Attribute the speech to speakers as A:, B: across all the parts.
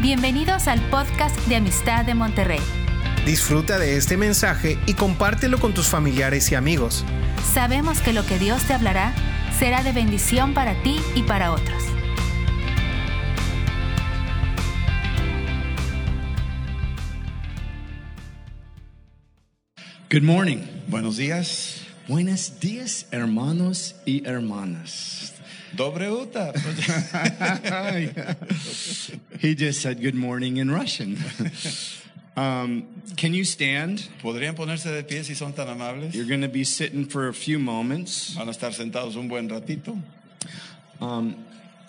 A: Bienvenidos al podcast de Amistad de Monterrey.
B: Disfruta de este mensaje y compártelo con tus familiares y amigos.
A: Sabemos que lo que Dios te hablará será de bendición para ti y para otros.
C: Good morning. Buenos días.
D: Buenos días, hermanos y hermanas.
C: Dobre uta.
D: He just said good morning in Russian. Um, can you stand?
C: ¿Podrían ponerse de pie si son tan amables?
D: You're going to be sitting for a few moments.
C: Van a estar sentados un buen ratito.
D: Um,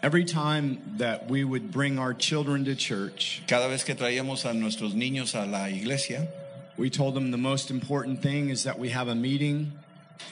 D: every time that we would bring our children to church,
C: Cada vez que traíamos a nuestros niños a la iglesia,
D: we told them the most important thing is that we have a meeting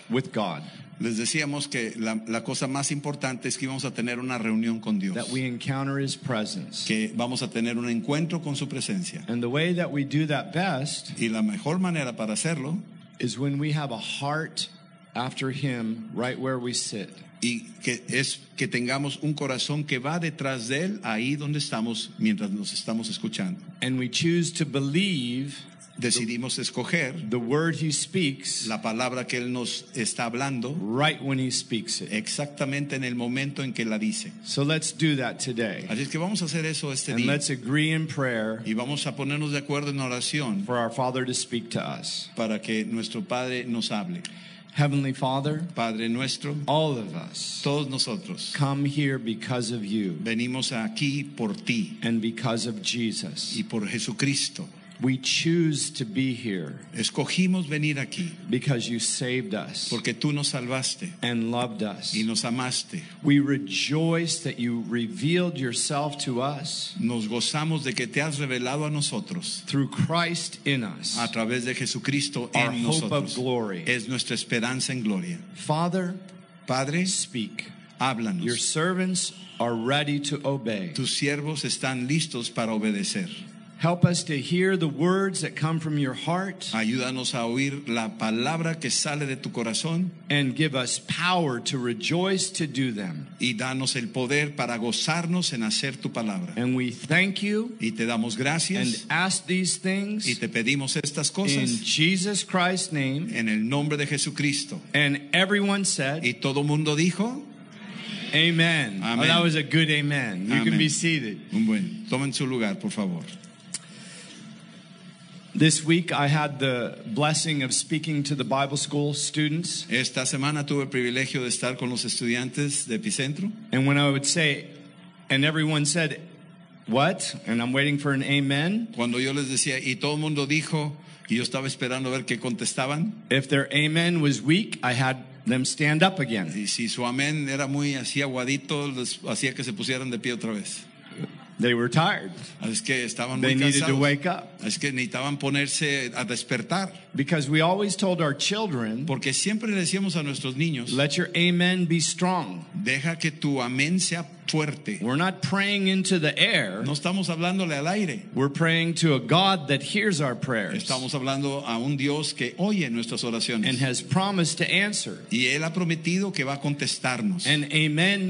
D: with God,
C: les decíamos que la, la cosa más importante es que íbamos a tener una reunión con Dios,
D: that we encounter His presence.
C: que vamos a tener un encuentro con su presencia.
D: And the way that we do that best
C: Y la mejor manera para hacerlo
D: is when we have a heart after Him right where we sit.
C: y que es que tengamos un corazón que va detrás de él ahí donde estamos mientras nos estamos escuchando.
D: And we choose to believe
C: Decidimos escoger
D: the word He speaks
C: la palabra que él nos está hablando
D: right when He speaks it.
C: exactamente en el momento en que la dice.
D: So let's do that today.
C: Así es que vamos a hacer eso este
D: And
C: día
D: let's agree in prayer
C: y vamos a ponernos de acuerdo en oración
D: for our Father to speak to us.
C: para que nuestro Padre nos hable.
D: Heavenly Father,
C: Padre nuestro,
D: all of us
C: todos nosotros
D: come here because of you
C: venimos aquí por ti
D: and because of Jesus.
C: y por Jesucristo.
D: We choose to be here
C: Escogimos venir aquí
D: because you saved us
C: porque tú nos salvaste
D: and loved us.
C: y nos amaste.
D: We rejoice that you revealed yourself to us
C: Nos gozamos de que te has revelado a nosotros
D: through Christ in us.
C: a través de Jesucristo
D: Our
C: en
D: hope
C: nosotros.
D: of glory.
C: Es nuestra esperanza en gloria.
D: Father,
C: Padre,
D: speak. Your
C: háblanos.
D: servants are ready to obey.
C: Tus siervos están listos para obedecer.
D: Help us to hear the words that come from your heart
C: Ayúdanos a oír la palabra que sale de tu corazón
D: and give us power to rejoice to do them.
C: y danos el poder para gozarnos en hacer tu palabra.
D: And we thank you
C: Y te damos
D: and
C: gracias
D: ask these
C: y
D: things
C: te pedimos estas
D: in
C: cosas
D: Jesus Christ's name.
C: en el nombre de Jesucristo.
D: And everyone said,
C: Y todo mundo dijo,
D: Amen. Oh,
C: Amen.
D: that was a good amen. You
C: Amen.
D: can be seated.
C: un buen, tomen su lugar, por favor.
D: This week, I had the blessing of speaking to the Bible school students.
C: Esta semana tuve el privilegio de estar con los estudiantes de Epicentro
D: And when I would say, and everyone said, What? And I'm waiting for an amen.
C: cuando yo les decía y todo el mundo dijo y yo estaba esperando a ver qué contestaban
D: If their amen was weak, I had them stand up again.
C: y si su amén era muy así aguadito les hacía que se pusieran de pie otra vez.
D: They were tired.
C: Así es que estaban
D: They
C: muy
D: needed to
C: cansados.
D: wake up.
C: Es que necesitaban ponerse a despertar,
D: Because we always told our children,
C: porque siempre le decíamos a nuestros niños,
D: let your amen be strong.
C: deja que tu amén sea fuerte.
D: We're not praying into the air.
C: No estamos hablándole al aire,
D: We're praying to a God that hears our prayers
C: estamos hablando a un Dios que oye nuestras
D: and
C: oraciones
D: has promised to answer.
C: y Él ha prometido que va a contestarnos.
D: And amen
C: Y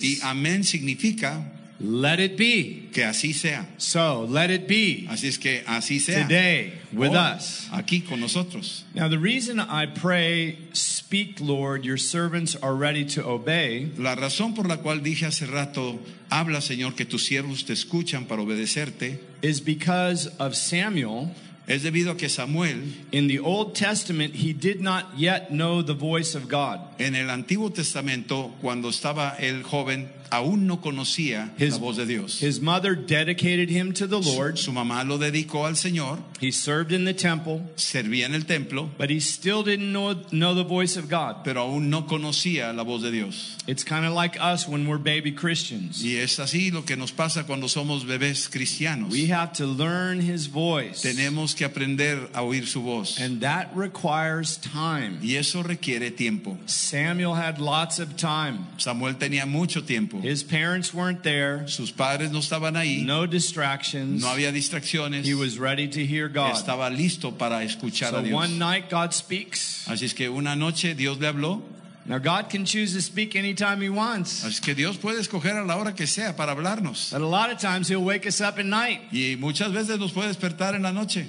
D: means
C: amén significa
D: let it be.
C: que así sea.
D: So let it be
C: Así es que así sea.
D: today with
C: Hoy,
D: us.
C: Aquí con nosotros.
D: Now, the reason I pray, Speak, Lord, your servants are ready to obey,
C: La razón por la cual dije hace rato, habla Señor que tus siervos te escuchan para obedecerte,
D: is because of Samuel.
C: es debido a que Samuel
D: In the Old Testament, he did not yet know the voice of God.
C: En el Antiguo Testamento, cuando estaba el joven, aún no conocía la
D: His-
C: voz de Dios.
D: His mother dedicated him to the Lord.
C: Su mamá lo dedicó al Señor,
D: He served in the temple,
C: servía en el templo,
D: but he still didn't know, know the voice of God.
C: pero aún no conocía la voz de Dios.
D: It's kind of like us when we're baby Christians.
C: Y es así lo que nos pasa cuando somos bebés cristianos.
D: We have to learn his voice,
C: Tenemos que aprender a oír su voz.
D: and that requires time.
C: Y eso requiere tiempo.
D: Samuel had lots of time.
C: Samuel tenía mucho tiempo.
D: His parents weren't there,
C: Sus padres no estaban ahí,
D: no distractions.
C: no había distracciones.
D: He was ready to hear God.
C: Estaba listo para escuchar a
D: So
C: Dios.
D: one night, God speaks.
C: Así es que una noche Dios le habló
D: Now, God can choose to speak anytime He wants,
C: Así que Dios puede escoger a la hora que sea para hablarnos.
D: but a lot of times He'll wake us up at night
C: Y muchas veces nos puede despertar en la noche.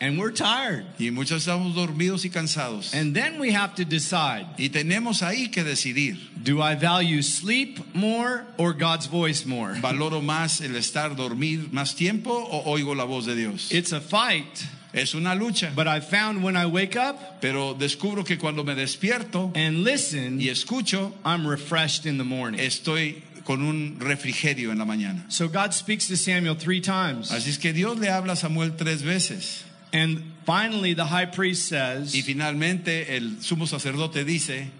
D: and we're tired.
C: Y muchas estamos dormidos y cansados.
D: And then we have to decide
C: Y tenemos ahí que decidir.
D: do I value sleep more or God's voice more?
C: ¿Valoro más el estar dormir más tiempo o oigo la voz de Dios?
D: It's a fight,
C: Es una lucha.
D: but I found when I wake up
C: Pero descubro que cuando me despierto
D: and listen,
C: y escucho,
D: I'm refreshed in the morning.
C: estoy con un refrigerio en la mañana.
D: so God speaks to Samuel three times.
C: Así es que Dios le habla a Samuel tres veces.
D: And finally, the high priest says,
C: Y finalmente el sumo sacerdote dice,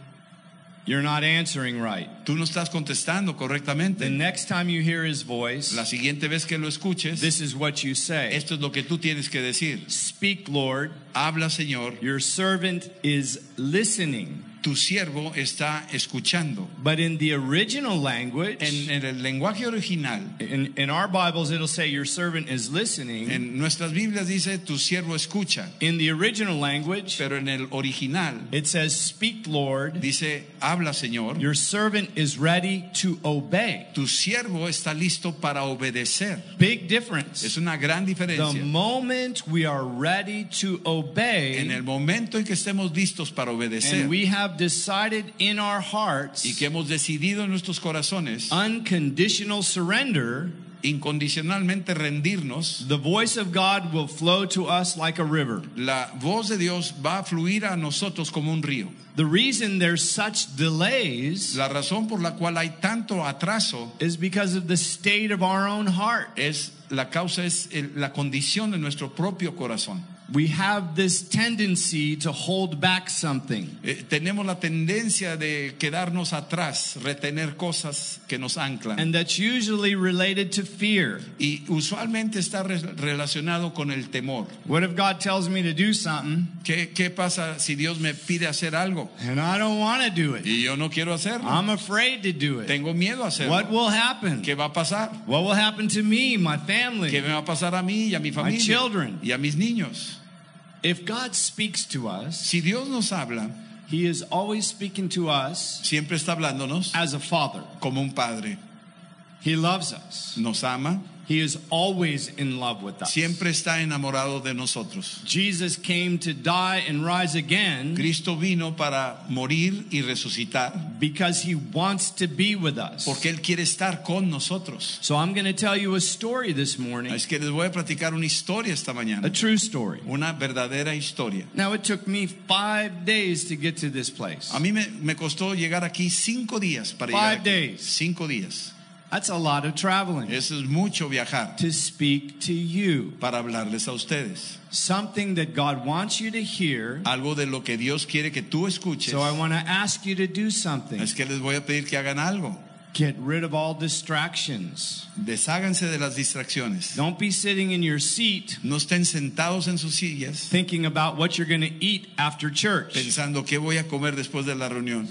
D: You're not answering right.
C: tú no estás contestando
D: The
C: correctamente.
D: next time you hear his voice,
C: La siguiente vez que lo escuches,
D: this is what you say
C: esto es lo que tú tienes que decir.
D: Speak, Lord,
C: Habla, Señor,
D: your servant is listening.
C: tu siervo está escuchando.
D: But in the original language,
C: En, en el lenguaje original,
D: in, in our Bibles, it'll say, Your servant is listening.
C: en nuestras Biblias dice, tu siervo escucha.
D: in the original language,
C: Pero en el original
D: it says, Speak, Lord,
C: dice, habla, Señor,
D: your servant is ready to obey.
C: tu siervo está listo para obedecer.
D: Big difference.
C: Es una gran
D: The
C: diferencia.
D: moment we are ready to
C: En
D: obey
C: el momento en que estemos listos para obedecer
D: and we have decided in our
C: y
D: hearts
C: que hemos decidido en nuestros corazones
D: Ah. unconditional surrender,
C: incondicionalmente rendirnos,
D: the voice of God will flow to us like a river.
C: la voz de Dios va a fluir a nosotros como un río.
D: The reason there's such delays
C: La razón por la cual hay tanto atraso
D: is because of the state of our own heart.
C: es la causa es el- la condición de nuestro propio corazón.
D: We have this tendency to hold back something.
C: Eh, tenemos la tendencia de quedarnos atrás, retener cosas que nos anclan.
D: And that's usually related to fear.
C: Y usualmente está re- relacionado con el temor.
D: What if God tells me to do something
C: ¿Qué, ¿Qué pasa si Dios me pide hacer algo
D: and I don't want to do it?
C: y yo no quiero hacerlo?
D: I'm afraid to do it.
C: Tengo miedo a
D: Ah. What
C: hacerlo.
D: will happen?
C: ¿Qué va a pasar?
D: What will happen to me, my
C: ¿Qué
D: family?
C: me va a pasar a mí y a mi familia
D: children.
C: y a mis niños?
D: If God speaks to us,
C: Si Dios nos habla,
D: He is always speaking to us
C: siempre está hablándonos
D: as a father.
C: como un padre.
D: He loves us.
C: Nos ama,
D: He is always in love with us.
C: siempre está enamorado de nosotros.
D: Jesus came to die and rise again
C: Cristo vino para morir y resucitar
D: because He wants to be with us.
C: porque Él quiere estar con nosotros.
D: So I'm going to tell you a story this morning,
C: Es que les voy a platicar una historia esta
D: a
C: mañana,
D: true story.
C: una verdadera historia.
D: Now, it took me five days to get to this place.
C: A mí me, me costó llegar aquí cinco días para llegar.
D: Five
C: aquí.
D: days.
C: Cinco días.
D: That's a lot of traveling
C: Eso es mucho viajar
D: to speak to you.
C: para hablarles a ustedes.
D: Something that God wants you to hear.
C: Algo de lo que Dios quiere que tú escuches.
D: So I want to ask you to do something.
C: Es que les voy a pedir que hagan algo.
D: Get rid of all distractions.
C: Desháganse de las distracciones.
D: Don't be sitting in your seat
C: No estén sentados en sus sillas
D: thinking about what you're going to eat after church
C: pensando qué voy a comer después de la reunión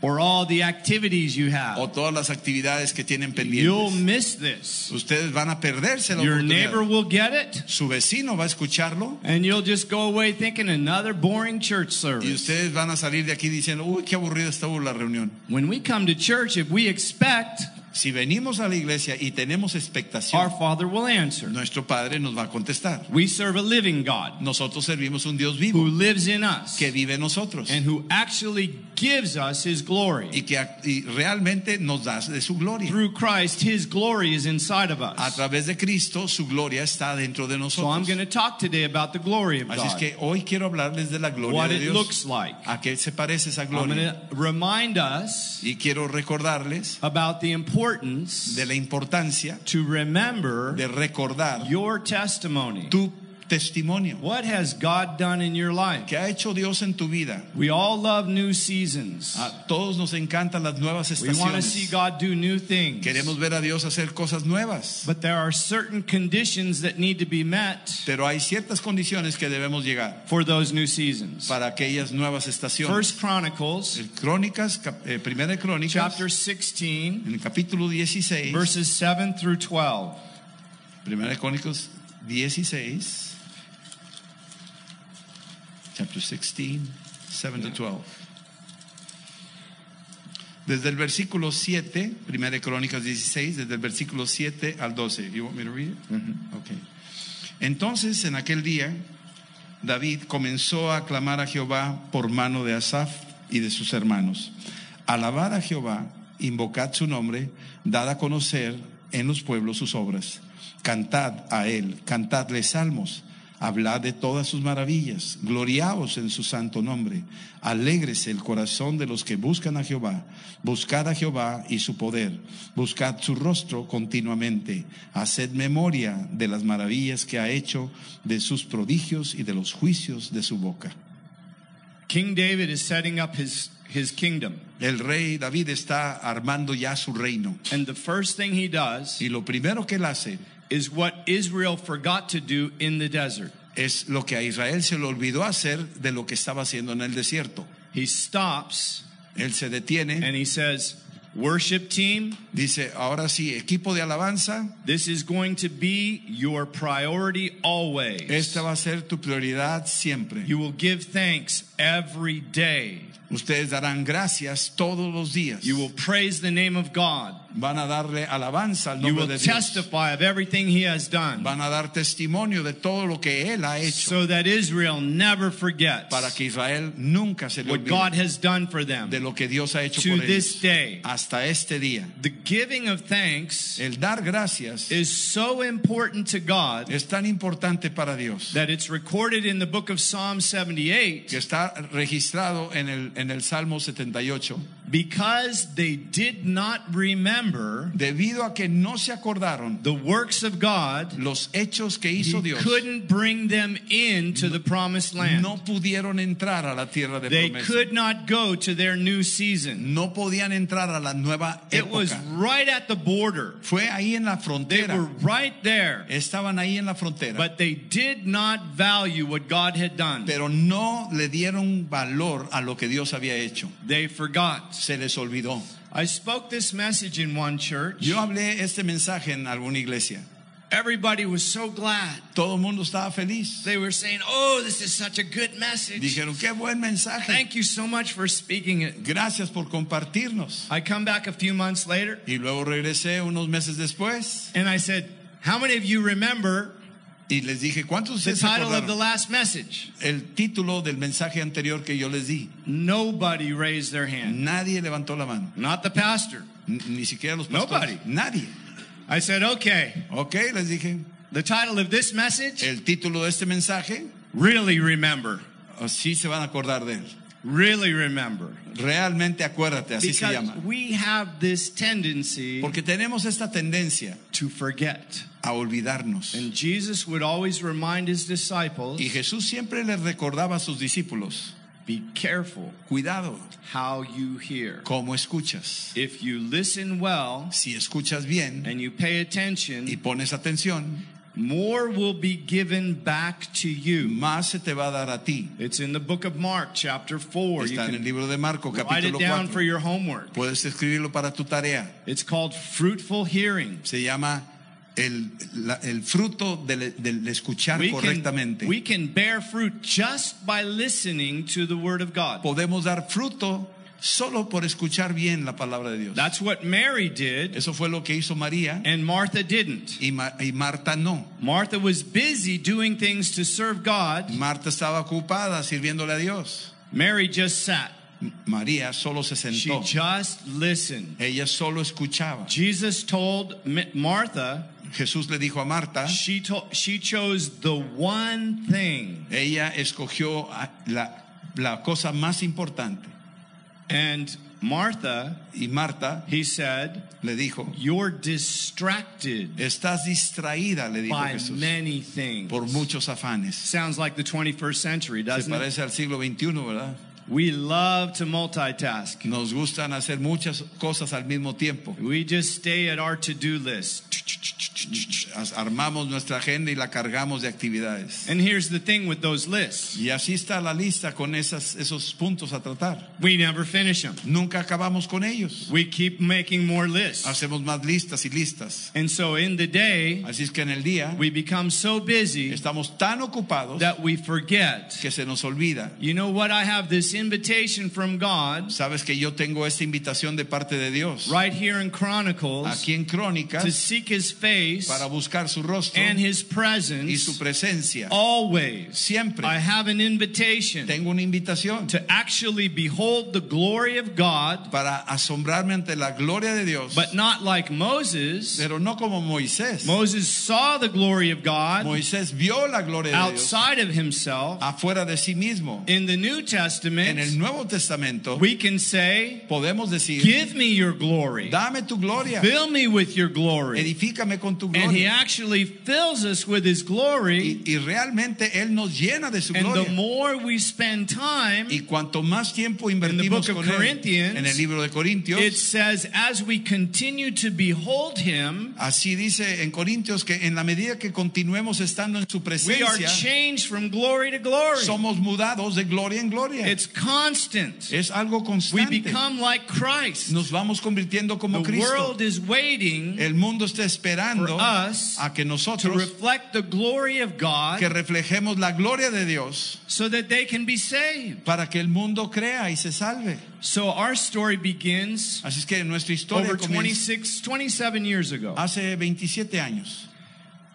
D: or all the activities you
C: o
D: have.
C: todas las actividades que tienen
D: You'll
C: pendientes.
D: miss this.
C: Ustedes van a perderse la
D: Your neighbor
C: oportunidad.
D: will get it,
C: Su vecino va a escucharlo
D: and you'll just go away thinking another boring church
C: y
D: service.
C: ustedes van a salir de aquí diciendo, uy, qué aburrida estuvo la reunión.
D: When we come to church, if we expect,
C: Si venimos a la iglesia y tenemos
D: our
C: expectación,
D: Father will answer.
C: nuestro Padre nos va a contestar.
D: We serve a living God
C: Nosotros servimos un Dios
D: who
C: vivo
D: lives in us
C: que vive en nosotros
D: and who actually gives us his glory.
C: y que ac- y realmente nos da de su gloria.
D: through Christ, His glory is inside of
C: A
D: us.
C: través de Cristo, su gloria está dentro de
D: So I'm going
C: nosotros.
D: to talk today about the glory of
C: Así es
D: God,
C: que hoy quiero hablarles de la gloria
D: what
C: de
D: it looks
C: Dios.
D: like.
C: ¿A qué se parece esa
D: I'm going
C: gloria?
D: to remind us
C: Y quiero recordarles
D: about the importance
C: de la importancia
D: to remember
C: de recordar
D: your testimony.
C: tu testimonio.
D: What has God done in your life?
C: ¿Qué ha hecho Dios en tu vida?
D: We all love new seasons.
C: A todos nos encantan las nuevas
D: We want to see
C: Ah,
D: God
C: estaciones.
D: do new things.
C: Queremos ver a Dios hacer cosas nuevas.
D: But there are certain conditions that need to be met
C: Pero hay ciertas condiciones que debemos llegar
D: for those new seasons.
C: para aquellas nuevas estaciones.
D: First Chronicles
C: El Crónicas, cap- eh, primera de Crónicas,
D: chapter 16
C: en el capítulo 16,
D: verses 7 through 12.
C: primera de Crónicas 16, chapter 16, 7 to 12. Desde el versículo 7, Primera de Crónicas 16, desde el versículo 7 al 12. You want me to read it? Okay. Entonces, en aquel día, David comenzó a clamar a Jehová por mano de Asaf y de sus hermanos. Alabad a Jehová, invocad su nombre, dad a conocer en los pueblos sus obras. Cantad a él, cantadle salmos, hablad de todas sus maravillas, gloriaos en su santo nombre. Alégrese el corazón de los que buscan a Jehová. Buscad a Jehová y su poder, buscad su rostro continuamente. Haced memoria de las maravillas que ha hecho, de sus prodigios y de los juicios de su boca.
D: King David is setting up his, his kingdom.
C: El rey David está armando ya su reino.
D: And the first thing he does
C: Y lo primero que él hace
D: is what Israel forgot to do in the desert.
C: es lo que a Israel se le olvidó hacer de lo que estaba haciendo en el desierto.
D: He stops
C: Él se detiene,
D: and he says, Worship team,
C: dice, ahora sí, equipo de alabanza,
D: this is going to be your priority always.
C: esta va a ser tu prioridad siempre.
D: You will give thanks every day.
C: Ustedes darán gracias todos los días.
D: You will praise the name of God.
C: Van a darle alabanza al
D: You
C: nombre
D: will
C: de Dios.
D: testify of everything he has done
C: Van a dar testimonio de todo lo que Él ha hecho
D: so that Israel never forgets
C: para que Israel nunca se le
D: what God
C: olvide
D: has done for them.
C: de lo que Dios ha hecho
D: To
C: por
D: this
C: ellos
D: day.
C: hasta este día.
D: The giving of thanks
C: El dar gracias
D: is so important to God
C: es tan importante para Dios.
D: that it's recorded in the book of Psalm
C: que
D: 78
C: está registrado en el, en el Salmo 78.
D: because they did not remember
C: Debido a que no se acordaron
D: the works of God,
C: los hechos que hizo
D: He
C: Dios,
D: couldn't bring them into the promised land.
C: no pudieron entrar a la tierra de
D: They
C: promesa.
D: could not go to their new season.
C: No podían entrar a la nueva
D: It was
C: época.
D: right at the border.
C: Fue ahí en la
D: They were
C: frontera.
D: right there,
C: Estaban ahí en la frontera.
D: but they did not value what God had done.
C: Pero no le dieron valor a lo que Dios había hecho.
D: They forgot.
C: Se les olvidó.
D: I spoke this message in one church.
C: Yo hablé este mensaje en alguna iglesia.
D: Everybody was so glad.
C: Todo el mundo estaba feliz.
D: They were saying, Oh, this is such a good message.
C: Dijeron, qué buen mensaje.
D: Thank you so much for speaking it.
C: Gracias por compartirnos.
D: I come back a few months later
C: Y luego regresé unos meses después
D: and I said, How many of you remember
C: y les dije, ¿cuántos
D: the
C: de ustedes se
D: title of the
C: acordaron?
D: last message?
C: El título del mensaje anterior que yo les di.
D: Nobody raised their hand.
C: Nadie levantó la mano,
D: Not the pastor.
C: N- ni siquiera los pastores.
D: Nobody.
C: Nadie.
D: I said, Okay,
C: Ok, les dije,
D: the title of this message,
C: el título de este mensaje,
D: really remember.
C: oh, sí se van a acordar de él.
D: Really remember.
C: Realmente acuérdate, así se
D: Because
C: llama.
D: we have this tendency
C: Porque tenemos esta tendencia
D: to forget.
C: a olvidarnos.
D: And Jesus would always remind his disciples
C: Y Jesús siempre les recordaba a sus discípulos,
D: be careful
C: cuidado,
D: how you hear.
C: cómo escuchas.
D: If you listen well
C: Si escuchas bien
D: and you pay
C: y
D: attention,
C: pones atención,
D: more will be given back to you.
C: más se te va a dar a ti.
D: It's in the book of Mark, chapter 4. You
C: Está en el
D: can
C: libro de Marco,
D: write it
C: capítulo
D: down for
C: 4.
D: your homework.
C: Puedes escribirlo para tu tarea.
D: It's called fruitful hearing.
C: Se llama el, la- el fruto del, del escuchar
D: We can,
C: correctamente.
D: we can bear fruit just by listening to the word of God.
C: Podemos dar fruto solo por escuchar bien la palabra de Dios.
D: That's what Mary did,
C: Eso fue lo que hizo María
D: and Martha didn't.
C: y, Ma- y Marta no.
D: Martha was busy doing things to serve God.
C: Marta estaba ocupada sirviéndole a Dios.
D: Mary just sat.
C: M- María solo se
D: She
C: sentó.
D: just listened.
C: Ella solo escuchaba.
D: Jesus told Ma- Martha,
C: Jesús le dijo a Marta,
D: she told she chose the one thing.
C: ella escogió a- la, la cosa más importante.
D: And Martha,
C: Y Marta
D: he said,
C: le dijo,
D: you're distracted
C: estás distraída, le dijo
D: by
C: Jesús,
D: many things.
C: por muchos afanes.
D: Sounds like the 21st century,
C: Se
D: doesn't it?
C: parece al siglo XXI, ¿verdad?
D: We love to multitask.
C: Nos gustan hacer muchas cosas al mismo tiempo.
D: We just stay at our to-do list.
C: as- armamos nuestra agenda y la cargamos de actividades.
D: And here's the thing with those lists
C: Y así está la lista con esas, esos puntos a tratar.
D: we never finish them,
C: Nunca acabamos con ellos.
D: we keep making more lists.
C: Hacemos más listas y listas.
D: And so in the day,
C: Así es que en el día
D: we become so busy
C: estamos tan ocupados
D: that we forget.
C: que se nos olvida.
D: You know what? I have this invitation from God
C: Sabes que yo tengo esta invitación de parte de Dios.
D: right here in Chronicles
C: Aquí en
D: to
C: Crónicas
D: seek his face
C: para buscar su rostro
D: and his Oh.
C: y
D: presence
C: su presencia.
D: always.
C: Siempre
D: I have an invitation
C: tengo una invitación
D: to actually behold the glory of God,
C: para asombrarme ante la gloria de Dios.
D: but not like Moses.
C: Pero no como Moisés.
D: Moses saw the glory of God
C: Moisés vio la gloria de Dios
D: outside of himself.
C: afuera de sí mismo.
D: In the New
C: En el
D: Testament,
C: Nuevo Testamento
D: we can say,
C: podemos decir,
D: Give me your glory,
C: dame tu gloria,
D: fill me with your glory.
C: edifícame con tu
D: And he
C: gloria.
D: actually fills us with his glory.
C: Y, y realmente Él nos llena de su
D: And the
C: gloria.
D: more we spend time,
C: Y cuanto más tiempo
D: In the
C: invertimos
D: book of
C: con Él,
D: Corinthians,
C: en el libro de
D: it
C: Corintios,
D: says, as we continue to behold him,
C: así dice en Corintios que en la medida que continuemos estando en su
D: we are
C: presencia,
D: changed from glory to glory.
C: somos mudados de gloria en gloria.
D: It's constant.
C: Es algo
D: We
C: constante.
D: become like Christ.
C: Nos vamos convirtiendo como
D: The
C: Cristo.
D: world is waiting
C: El mundo está
D: for
C: esperando
D: us
C: a que
D: to
C: nosotros
D: reflect the glory of
C: que
D: God
C: reflejemos la gloria de Dios
D: so that they can be saved.
C: para que el mundo crea y se salve.
D: So our story begins
C: Así es que nuestra historia
D: over
C: comienza
D: 26, 27 years ago.
C: hace 27 años.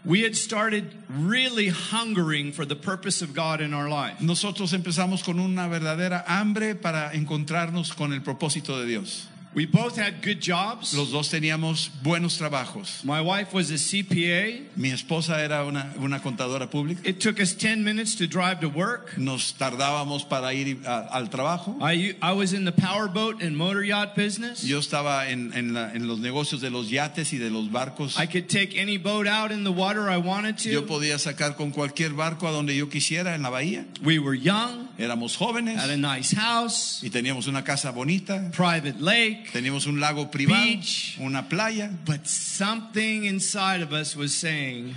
D: We had started really hungering for the purpose of God in our life.
C: Nosotros empezamos con una verdadera hambre para encontrarnos con el propósito de Dios.
D: We both had good jobs.
C: Los dos teníamos buenos trabajos.
D: My wife was a CPA.
C: Mi esposa era una, una contadora pública.
D: It took us 10 minutes to drive to work.
C: Nos tardábamos para ir a- al trabajo.
D: I, I was in the powerboat and motor yacht business.
C: Yo estaba en, en la- en los negocios de los yates y de los barcos.
D: I could take any boat out in the water I wanted
C: Yo
D: to.
C: podía sacar con cualquier barco a donde yo quisiera en la bahía.
D: We were young,
C: Éramos jóvenes
D: had a nice house,
C: y teníamos una casa bonita,
D: private lake,
C: teníamos un lago privado,
D: Beach.
C: una playa.
D: but something inside of us was saying,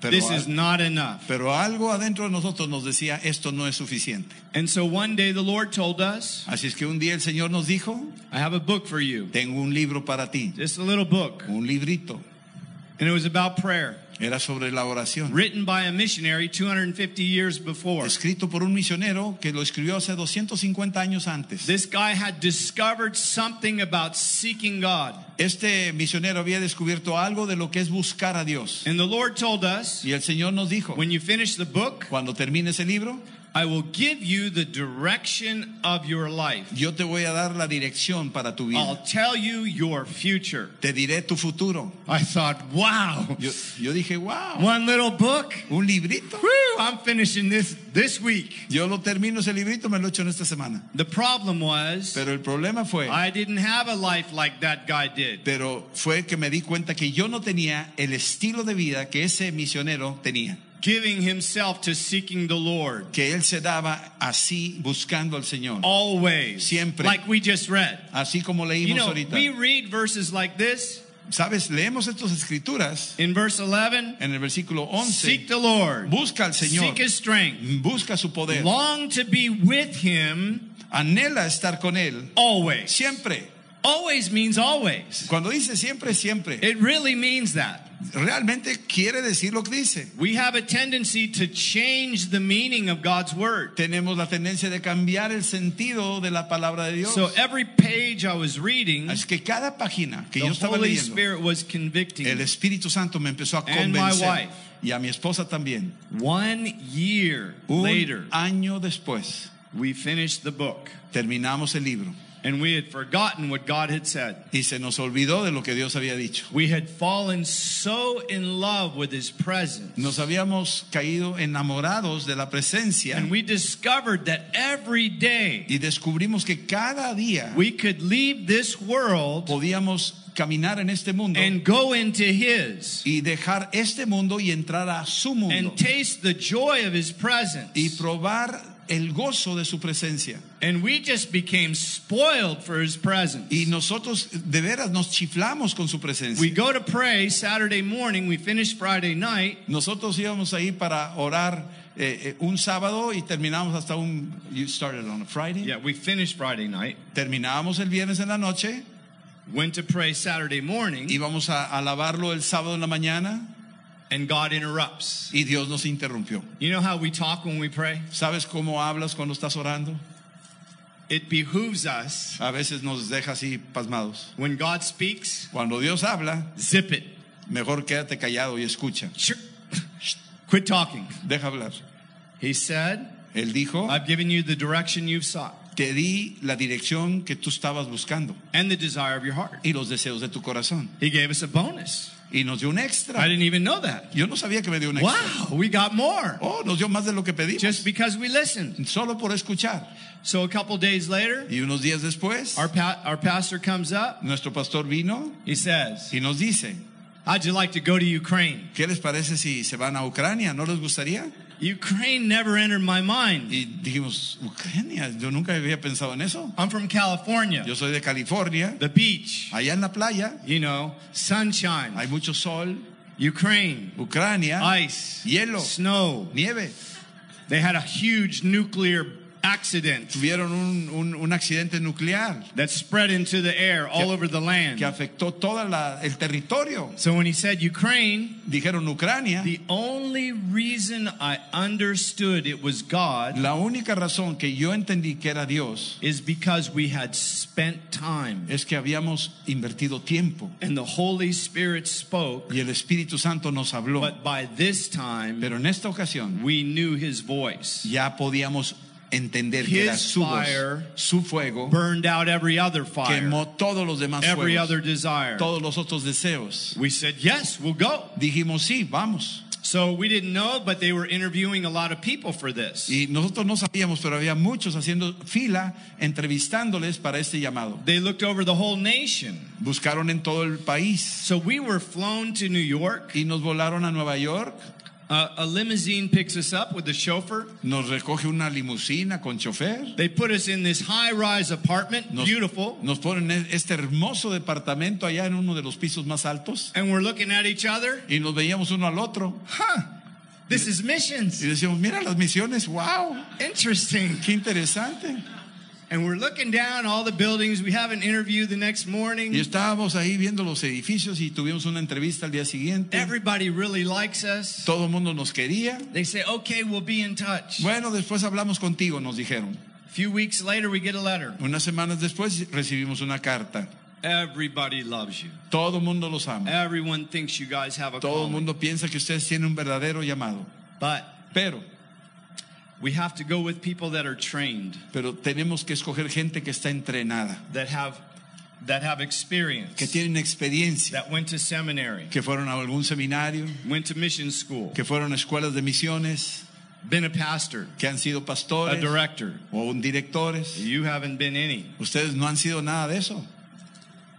C: Pero,
D: This
C: al-
D: is not enough.
C: pero algo adentro de nosotros nos decía, esto no es suficiente.
D: And so one day the Lord told us,
C: Así es que un día el Señor nos dijo,
D: I have a book for you,
C: tengo un libro para ti,
D: just a little book.
C: un librito.
D: And it was about prayer,
C: Era sobre la oración.
D: written by a missionary 250 years before.
C: Escrito por un misionero que lo escribió hace 250 años antes.
D: This guy had discovered something about seeking God.
C: Este misionero había descubierto algo de lo que es buscar a Dios.
D: And the Lord told us,
C: Y el Señor nos dijo,
D: when you finish the book,
C: cuando termines el libro,
D: I will give you the direction of your life.
C: yo te voy a dar la dirección para tu
D: I'll
C: vida.
D: tell you your future.
C: Te diré tu futuro.
D: I thought, wow,
C: Yo, yo dije, wow,
D: one little book.
C: un librito.
D: Woo, I'm finishing this this week.
C: Yo lo termino ese librito, me lo echo en esta semana.
D: The problem was,
C: Pero el problema fue,
D: I didn't have a life like that guy did.
C: pero fue que me di cuenta que yo no tenía el estilo de vida que ese misionero tenía.
D: Giving himself to seeking the Lord.
C: Que él se daba así buscando al Señor.
D: Oh. Always.
C: Siempre.
D: Like we just read.
C: Así como
D: You
C: leímos
D: know,
C: ahorita.
D: we read verses like this
C: Sabes, leemos estas escrituras
D: in verse 11.
C: en el versículo 11.
D: Seek the Lord.
C: Busca al Señor.
D: Seek his strength.
C: Busca su poder.
D: Long to be with him
C: Anhela estar con él
D: always.
C: siempre.
D: Always means always.
C: Cuando dice siempre, siempre.
D: It really means that.
C: Realmente quiere decir lo que dice.
D: We have a tendency to change the meaning of God's word.
C: Tenemos la tendencia de cambiar el sentido de la palabra de Dios.
D: So eh, every page I was reading,
C: Así que cada página que
D: the
C: yo estaba
D: Holy
C: leyendo,
D: Spirit was convicting
C: el
D: me.
C: Espíritu Santo me empezó a
D: And my
C: convencer.
D: wife.
C: Y a mi esposa también.
D: One year
C: Un
D: later,
C: año después,
D: we finished the book
C: terminamos el libro.
D: and we had forgotten what God had said.
C: Y se nos olvidó de lo que Dios había dicho.
D: We had fallen so in love with His presence.
C: Nos habíamos caído enamorados de la presencia
D: And we discovered that every day
C: y descubrimos que cada día
D: we could leave this world
C: podíamos caminar en este mundo
D: and go into His
C: y dejar este mundo y entrar a su mundo
D: and taste the joy of His
C: y
D: presence.
C: probar el gozo de su presencia.
D: And we just became spoiled for his presence.
C: Y nosotros de veras nos chiflamos con su
D: We
C: presencia.
D: go to pray Saturday morning, we finish Friday night,
C: Nosotros íbamos ahí para orar eh, eh, un sábado y terminamos hasta un... You started on a Friday.
D: yeah, we finish Friday night,
C: Terminábamos el viernes en la noche,
D: went to pray Saturday morning,
C: íbamos a alabarlo el sábado en la mañana
D: and God interrupts.
C: y Dios nos interrumpió.
D: You know how we talk when we pray?
C: ¿Sabes cómo hablas cuando estás orando?
D: It behooves us
C: A veces nos deja así pasmados.
D: when God speaks,
C: Cuando Dios habla,
D: zip it.
C: mejor quédate callado y escucha.
D: Sure. Quit talking.
C: Deja hablar.
D: He said,
C: Él dijo,
D: I've given you the direction you've sought
C: te di la dirección que tú estabas buscando
D: and the desire of your heart.
C: y los deseos de tu corazón.
D: He gave us a bonus.
C: Y nos dio un
D: I
C: extra.
D: didn't even know that.
C: Yo no sabía que me dio un extra.
D: Wow, we got more
C: Oh, nos dio más de lo que pedimos.
D: just because we listened.
C: Solo por escuchar.
D: So a couple days later,
C: Y unos días después,
D: our, pa- our pastor comes up.
C: nuestro pastor vino
D: He says,
C: y nos dice,
D: How'd you like to go to Ukraine?
C: ¿qué les parece si se van a Ucrania? ¿No les gustaría?
D: Ukraine never entered my mind.
C: Y dijimos, Ucrania, yo nunca había pensado en eso.
D: I'm from California,
C: Yo soy de California,
D: the beach,
C: allá en la playa
D: you know,
C: hay
D: sunshine,
C: mucho sol,
D: Ukraine,
C: Ucrania,
D: ice,
C: Hielo.
D: snow.
C: nieve.
D: They had a huge nuclear accident
C: Tuvieron un, un- un accidente nuclear
D: that spread into the air all
C: Que-
D: over the
C: que
D: land.
C: afectó todo el territorio.
D: So when he said Ukraine,
C: Dijeron Ucrania.
D: the only reason I understood it was God
C: La única razón que yo entendí que era Dios
D: is because we had spent time
C: es que habíamos invertido tiempo
D: and the Holy Spirit spoke,
C: y el Espíritu Santo nos habló.
D: but by this time
C: Pero en esta ocasión
D: we knew his voice.
C: ya podíamos entender que era
D: His
C: su voz,
D: fire
C: su fuego
D: Burned out every other fire,
C: quemó todos los demás
D: every
C: fuegos,
D: other desire.
C: todos los otros deseos.
D: We said, yes, we'll go.
C: Dijimos, sí, vamos.
D: So we didn't know, but they were interviewing a lot of people for this.
C: Y nosotros no sabíamos, pero había muchos haciendo fila, entrevistándoles para este llamado.
D: They looked over the whole nation.
C: Buscaron en todo el país
D: So we were flown to New York.
C: y nos volaron a Nueva York.
D: Uh, a limousine picks us up with the chauffeur.
C: Nos recoge una limusina con chofer.
D: They put us in this high rise apartment,
C: Nos,
D: beautiful.
C: nos ponen en este hermoso departamento allá en uno de los pisos más altos
D: And we're looking at each other.
C: y nos veíamos uno al otro
D: Huh, this is missions.
C: y decíamos, mira las misiones, wow,
D: Interesting.
C: qué interesante.
D: And we're looking down all the buildings. We have an interview the next
C: Y
D: morning.
C: estábamos ahí viendo los edificios y tuvimos una entrevista al día siguiente.
D: Everybody really likes us.
C: Todo el mundo nos quería.
D: They say, okay, we'll be in touch.
C: Bueno, después hablamos contigo, nos dijeron.
D: A few weeks later, we get a letter.
C: Unas semanas después recibimos una carta.
D: Everybody loves you.
C: Todo el mundo los
D: Eh,
C: ama.
D: Everyone thinks you guys have a
C: Todo el
D: calling.
C: mundo piensa que ustedes tienen un verdadero llamado.
D: But
C: Pero,
D: we have to go with people that are trained,
C: pero tenemos que escoger gente que está entrenada,
D: that have that have
C: que
D: experience,
C: tienen experiencia,
D: that went to seminary,
C: que fueron a algún seminario,
D: went to mission school,
C: que fueron a escuelas de misiones,
D: been a pastor,
C: que han sido
D: a
C: pastores
D: director.
C: o un directores.
D: You haven't been any.
C: Ustedes no han sido nada de eso.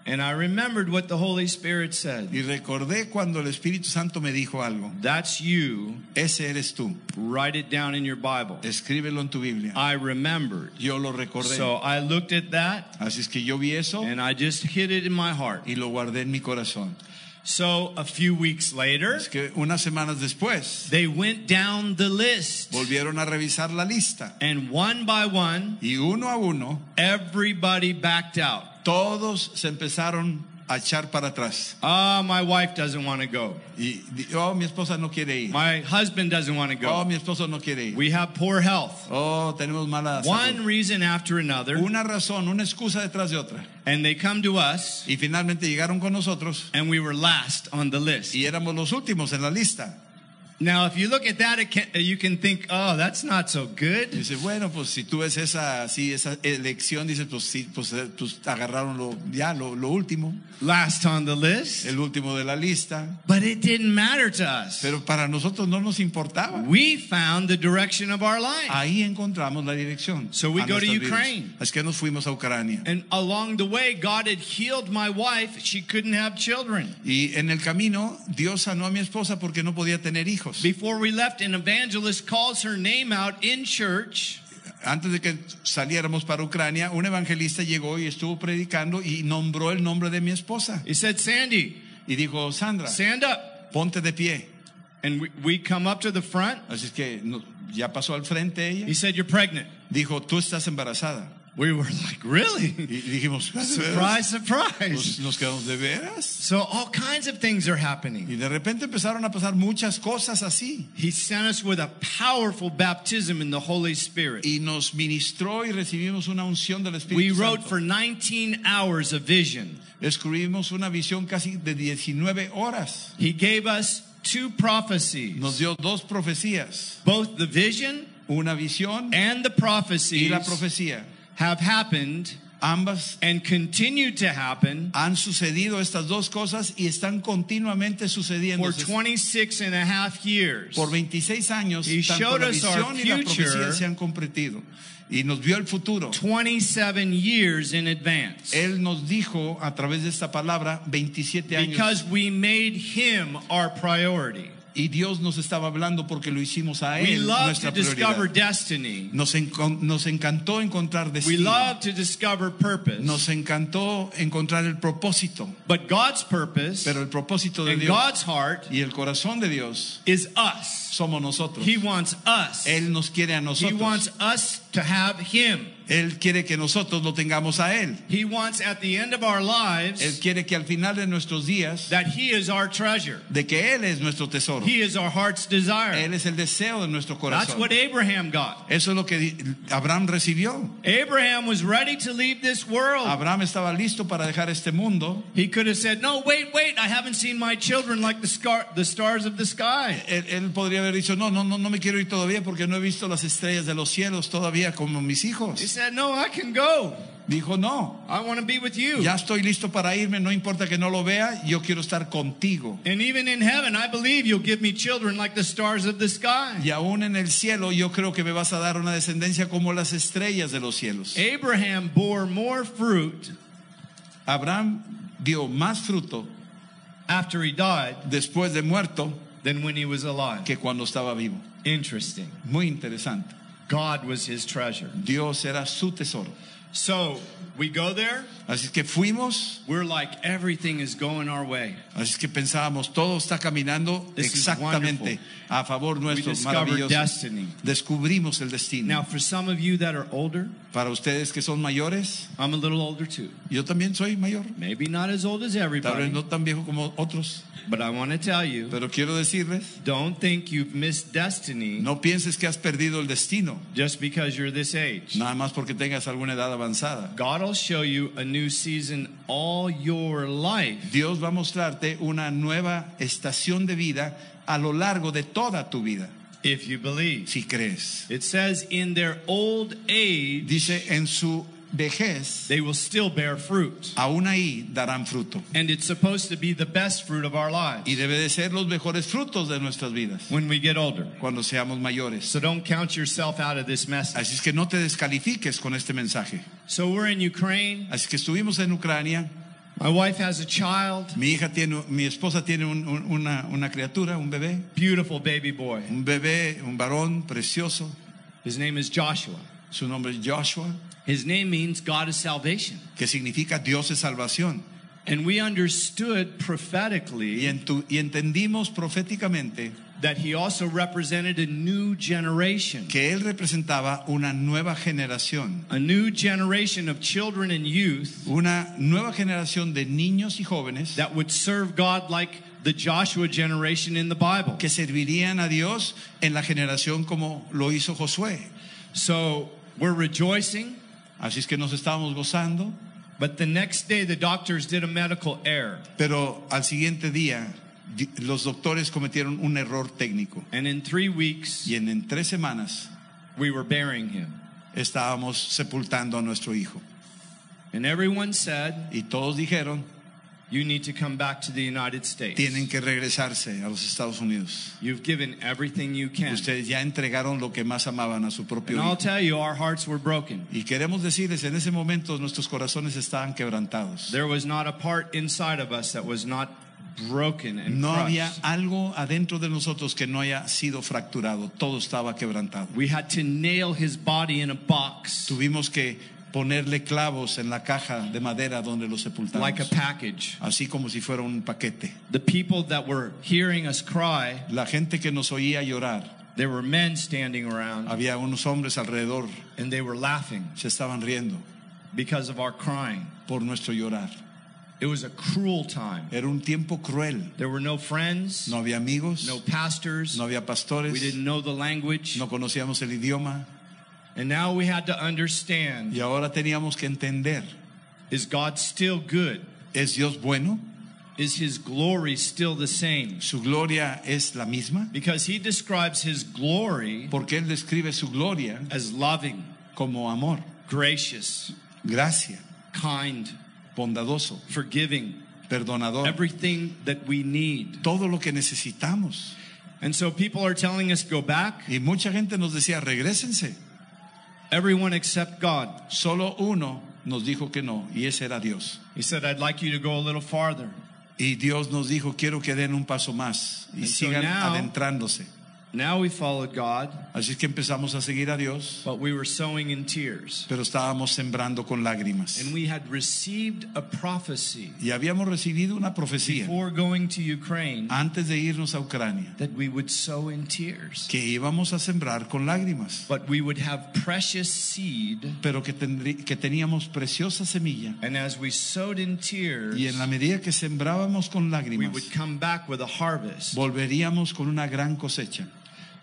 D: And I remembered what the Holy Spirit said.
C: Y recordé cuando el Espíritu Santo me dijo algo.
D: That's you.
C: Ese eres tú.
D: Write it down in your Bible.
C: Escríbelo en tu Biblia.
D: I remembered.
C: Yo lo recordé.
D: Ah. So I looked at that
C: Así es que yo vi eso
D: and I just hid it in my heart.
C: y lo guardé en mi corazón.
D: So a few weeks later,
C: Es que unas semanas después
D: they went down the list.
C: volvieron a revisar la lista
D: And one by one,
C: y uno a uno
D: everybody backed out.
C: todos se empezaron a echar para atrás.
D: Ah, my wife doesn't want to go.
C: Y di- oh, mi esposa no quiere ir.
D: My husband doesn't want to
C: Oh,
D: go.
C: mi esposo no quiere ir.
D: We have poor health.
C: Oh, tenemos mala
D: One
C: salud.
D: reason after another.
C: Una razón, una excusa detrás de otra.
D: And they come to us,
C: Y finalmente llegaron con nosotros
D: and we were last on the list.
C: y éramos los últimos en la lista.
D: Now, if you look at that, it can, you can think, oh, that's not so
C: Y
D: good.
C: dice, bueno, pues si tú ves esa, así, esa elección, dices, pues sí, pues, eh, pues, agarraron lo, ya lo, lo último,
D: Last on the list.
C: el último de la lista.
D: But it didn't matter to us.
C: Pero para nosotros no nos importaba.
D: We found the direction of our life.
C: Ahí encontramos la dirección.
D: So we
C: a
D: go to
C: nuestras vidas.
D: Ukraine.
C: Es que nos fuimos a Ucrania.
D: And along the way, God had healed my wife. She couldn't have children.
C: Y en el camino, Dios sanó a mi esposa porque no podía tener hijos.
D: Before we left, an evangelist calls her name out in church
C: antes de que saliéramos para Ucrania, un evangelista llegó y estuvo predicando y nombró el nombre de mi esposa.
D: He said, Sandy,
C: Y dijo, Sandra,
D: stand up.
C: ponte de pie.
D: And we, we come up to the front.
C: Así es que no- ya pasó al frente
D: He
C: ella.
D: said, You're pregnant.
C: Dijo, tú estás embarazada.
D: We were like, Really?
C: Y dijimos, "¿De veras?"
D: surprise,
C: nos,
D: surprise.
C: nos quedamos de veras.
D: So all kinds of things are happening.
C: Y de repente empezaron a pasar muchas cosas así.
D: He sent us with a powerful baptism in the Holy Spirit.
C: Y nos ministró y recibimos una unción del
D: We
C: Espíritu
D: wrote
C: Santo.
D: for 19 hours of vision.
C: Escribimos una visión casi de 19 horas.
D: He gave us two
C: Nos
D: prophecies,
C: dio dos profecías.
D: both the vision
C: Una visión
D: and the
C: y
D: prophecies
C: la profecía.
D: have happened
C: Ambas
D: and continue to happen
C: han sucedido estas dos cosas y están continuamente sucediendo.
D: for 26 and a half years.
C: Por 26 años,
D: He
C: tanto
D: showed
C: la
D: us our
C: visión y la
D: future.
C: profecía se han comprendido. Y nos vio el futuro.
D: 27 years in advance
C: Él nos dijo a través de esta palabra 27 años.
D: because we made him our priority.
C: y Dios nos estaba hablando porque lo hicimos a
D: We
C: Él
D: love to
C: nuestra
D: discover
C: prioridad.
D: destiny.
C: Nos, encon- nos encantó encontrar
D: We
C: destino.
D: love to discover purpose.
C: Nos encantó encontrar el propósito.
D: But God's purpose
C: Pero el propósito de
D: and
C: Dios
D: God's heart
C: y el corazón de Dios
D: is us.
C: somos nosotros.
D: He wants us.
C: Él nos quiere a
D: He wants
C: nosotros.
D: us to have Him.
C: Él quiere que nosotros lo tengamos a Él.
D: He wants at the end of our
C: Él
D: lives
C: quiere que al final de nuestros días,
D: that He is our treasure.
C: de que Él es nuestro tesoro.
D: He is our heart's desire.
C: Él es el deseo de nuestro
D: That's
C: corazón.
D: what Abraham got.
C: Eso es lo que di- Abraham recibió.
D: Abraham was ready to leave this world.
C: Abraham estaba listo para dejar este mundo.
D: He could have said, No, wait, wait, I haven't seen my children like the, scar- the stars of the sky.
C: Él, él podría haber dicho, no, no, no, no me quiero ir todavía porque no he visto las estrellas de los cielos todavía como mis
D: He
C: hijos.
D: said, No, I can go.
C: Dijo, no,
D: I want to be with you.
C: ya estoy listo para irme, no importa que no lo vea, yo quiero estar contigo.
D: And even in heaven, I believe you'll give me children like the stars of the sky.
C: Y aún en el cielo yo creo que me vas a dar una descendencia como las estrellas de los cielos.
D: Eh. Abraham bore more fruit
C: Abraham dio más fruto
D: after he died
C: después de muerto
D: than when he was alive.
C: que cuando estaba vivo.
D: Interesting.
C: Muy interesante.
D: God was his treasure.
C: Dios era su tesoro.
D: So we go there.
C: Así es que fuimos,
D: We're like, everything is going our way.
C: así es que pensábamos, todo está caminando
D: This is
C: exactamente
D: wonderful.
C: a favor nuestro,
D: discovered
C: maravilloso.
D: destiny.
C: Descubrimos el
D: Now,
C: destino.
D: for some of you that are older,
C: Para ustedes que son mayores,
D: I'm a little older too.
C: yo también soy mayor,
D: Maybe not as old as
C: tal vez
D: everybody,
C: no tan viejo como otros,
D: but I want to tell you
C: pero quiero decirles,
D: don't think you've missed destiny
C: no pienses que has perdido el destino,
D: just because you're this age.
C: nada más porque tengas alguna edad avanzada.
D: God will show you a new season all your life.
C: Dios va a mostrarte una nueva estación de vida a lo largo de toda tu vida,
D: If you believe.
C: si crees.
D: It says, in their old age,
C: Dice, en su vejez,
D: they will still bear fruit.
C: aún ahí darán fruto.
D: And it's supposed to be the best fruit of our
C: Y
D: lives
C: debe de ser los mejores frutos de nuestras vidas
D: when we get older.
C: cuando seamos mayores.
D: So don't count yourself out of this message.
C: Así es que no te descalifiques con este mensaje.
D: So we're in Ukraine.
C: Así que estuvimos en Ucrania.
D: My wife has a child,
C: Mi hija tiene, mi esposa tiene un- un- una, una criatura, un bebé,
D: beautiful baby boy.
C: un bebé, un varón precioso.
D: His name is Joshua.
C: Su nombre es Joshua,
D: His name means God is salvation.
C: que significa Dios es salvación.
D: And we understood prophetically
C: Y, entu- y entendimos proféticamente
D: that he also represented a new generation,
C: que él representaba una nueva generación,
D: a new generation of children and youth
C: una nueva generación de niños y jóvenes
D: that would serve God like the Joshua generation in the Bible.
C: que servirían a Dios en la generación como lo hizo Josué.
D: So we're rejoicing,
C: Así es que nos estábamos gozando,
D: but the next day the doctors did a medical error.
C: pero al siguiente día di- los doctores cometieron un error técnico
D: And in three weeks,
C: y en, en tres semanas
D: we were burying him.
C: estábamos sepultando a nuestro hijo.
D: And everyone said,
C: Y todos dijeron,
D: You need to come back to the United States.
C: tienen que regresarse a los Estados Unidos.
D: You've given everything you can.
C: Ustedes ya entregaron lo que más amaban a su propio
D: And
C: hijo.
D: I'll tell you, our hearts were broken.
C: Y queremos decirles, en ese momento nuestros corazones estaban quebrantados.
D: There was not a part inside of us that was not broken and
C: No
D: crushed.
C: había algo adentro de nosotros que no haya sido fracturado. Todo estaba quebrantado.
D: We had to nail his body in a box
C: Tuvimos que ponerle clavos en la caja de madera donde lo sepultamos.
D: like a package.
C: Así como si fuera un paquete.
D: The people that were hearing us cry,
C: La gente que nos oía llorar,
D: there were men standing around
C: había unos hombres alrededor,
D: and they were laughing
C: se estaban riendo
D: because of our crying.
C: por nuestro llorar.
D: It was a cruel time.
C: Era un tiempo cruel.
D: There were no friends,
C: Eh. No había amigos,
D: no pastors.
C: no había
D: We
C: pastores,
D: didn't know the language.
C: no conocíamos el idioma
D: And now we had to understand
C: y ahora teníamos que entender,
D: is God still good?
C: ¿es Dios bueno?
D: Is his glory still the same?
C: ¿Su gloria es la misma?
D: Because he describes his glory
C: Porque Él describe su gloria
D: as loving,
C: como amor,
D: gracious,
C: gracia,
D: kind,
C: bondadoso,
D: forgiving,
C: perdonador,
D: everything that we need.
C: todo lo que necesitamos.
D: And so people are telling us go back,
C: Y mucha gente nos decía, regrésense.
D: everyone except God.
C: Solo uno nos dijo que no, y ese era Dios.
D: He said, I'd like you to go a little farther.
C: Y Dios nos dijo, quiero que den un paso más y
D: And so
C: sigan
D: now-
C: adentrándose.
D: Now we followed God,
C: Así es que empezamos a seguir a Dios,
D: but we were sowing in tears.
C: pero estábamos sembrando con lágrimas.
D: And we had received a prophecy
C: Y habíamos recibido una profecía
D: before going to Ukraine
C: antes de irnos a Ucrania,
D: that we would sow in tears,
C: que íbamos a sembrar con lágrimas,
D: but we would have precious seed.
C: pero que, tendrí- que teníamos preciosa semilla.
D: And as we sowed in tears,
C: Y en la medida que sembrábamos con
D: we
C: lágrimas,
D: would come back with a harvest.
C: volveríamos con una gran cosecha.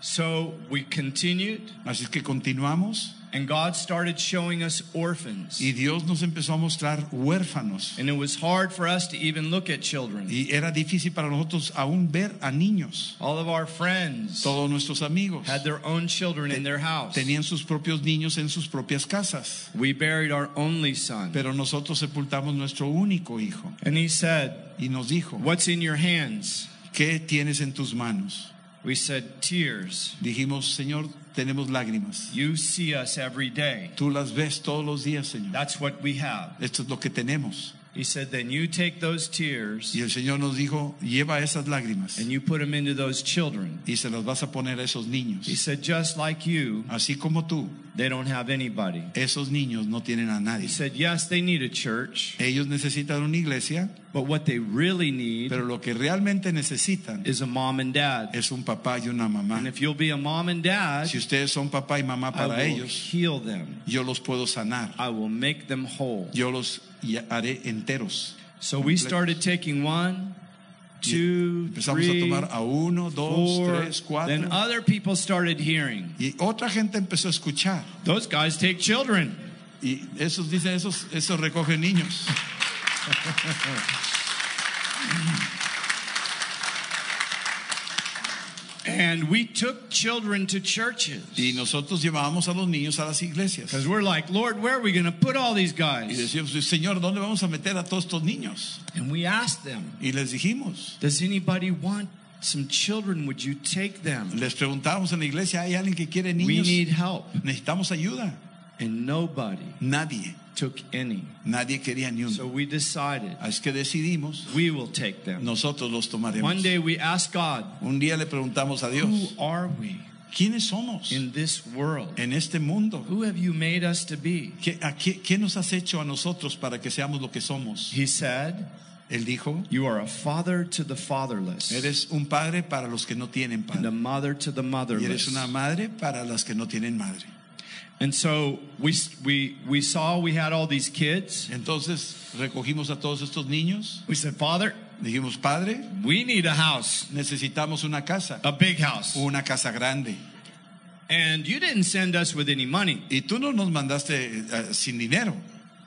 D: So we continued,
C: Así es que continuamos
D: and God started showing us orphans.
C: y Dios nos empezó a mostrar huérfanos.
D: And it was hard for us to even look at children.
C: Y era difícil para nosotros aún ver a niños.
D: All of our friends
C: Todos nuestros amigos
D: had their own children in their house.
C: tenían sus propios niños en sus propias casas,
D: We buried our only son.
C: pero nosotros sepultamos nuestro único hijo.
D: And he said,
C: Y nos dijo,
D: What's in your hands?
C: ¿qué tienes en tus manos?
D: We said, Tears.
C: Dijimos, Señor, tenemos lágrimas.
D: You see us every day.
C: Tú las ves todos los días, Señor.
D: That's what we have.
C: Esto es lo que tenemos.
D: He said, Then you take those tears
C: Y el Señor nos dijo, lleva esas lágrimas
D: and you put them into those children.
C: y se las vas a poner a esos niños.
D: He said, Just like you,
C: Así como tú,
D: they don't have anybody.
C: esos niños no tienen a
D: He
C: nadie.
D: said, Yes, they need a church,
C: Ellos necesitan una iglesia,
D: but what they really need
C: pero lo que realmente necesitan
D: is a mom and dad.
C: es un papá y una
D: And
C: mamá.
D: if you'll be a mom and dad,
C: Si ustedes son papá y
D: I
C: mamá
D: will
C: para ellos,
D: heal them.
C: yo los puedo sanar,
D: I will make them whole.
C: yo los ya- haré enteros.
D: So we started taking one, two,
C: Empezamos a
D: three,
C: tomar a uno, dos,
D: four.
C: tres, cuatro.
D: Then other people started hearing.
C: Y otra gente empezó a escuchar.
D: Those guys take children.
C: Y esos dicen, esos, esos recogen niños.
D: And we took children to churches.
C: Y nosotros llevábamos a los niños a las iglesias.
D: Because we're like, Lord, where are we going to put all these
C: Y
D: guys?
C: decíamos, Señor, ¿dónde vamos a meter a todos estos niños?
D: And we asked them,
C: Y les dijimos,
D: Does anybody want some children? Would you take them?
C: les preguntábamos en la iglesia, ¿hay alguien que quiere
D: We
C: niños?
D: need help.
C: Necesitamos ayuda.
D: And nobody
C: Nadie,
D: took any.
C: nadie quería ni
D: So
C: uno.
D: we decided
C: Así que decidimos,
D: we will take them.
C: nosotros los tomaremos.
D: One day we asked God,
C: Un día le preguntamos a Dios,
D: Who are we
C: ¿quiénes somos
D: in this world?
C: en este mundo?
D: Who have you made us to be?
C: ¿Qué, a qué, qué nos has hecho a nosotros para que seamos lo que somos?
D: He said,
C: Él dijo,
D: You are a father to the fatherless
C: eres un padre para los que no tienen
D: and a
C: padre.
D: mother to the
C: Y
D: motherless.
C: eres una madre para las que no tienen madre.
D: And so we, we, we saw we had all these kids.
C: Entonces recogimos a todos estos niños
D: We said, Father,
C: Dijimos, Padre,
D: we need a house,
C: necesitamos una casa,
D: a big house.
C: una casa grande.
D: And you didn't send us with any money.
C: Y tú no nos mandaste eh, sin dinero.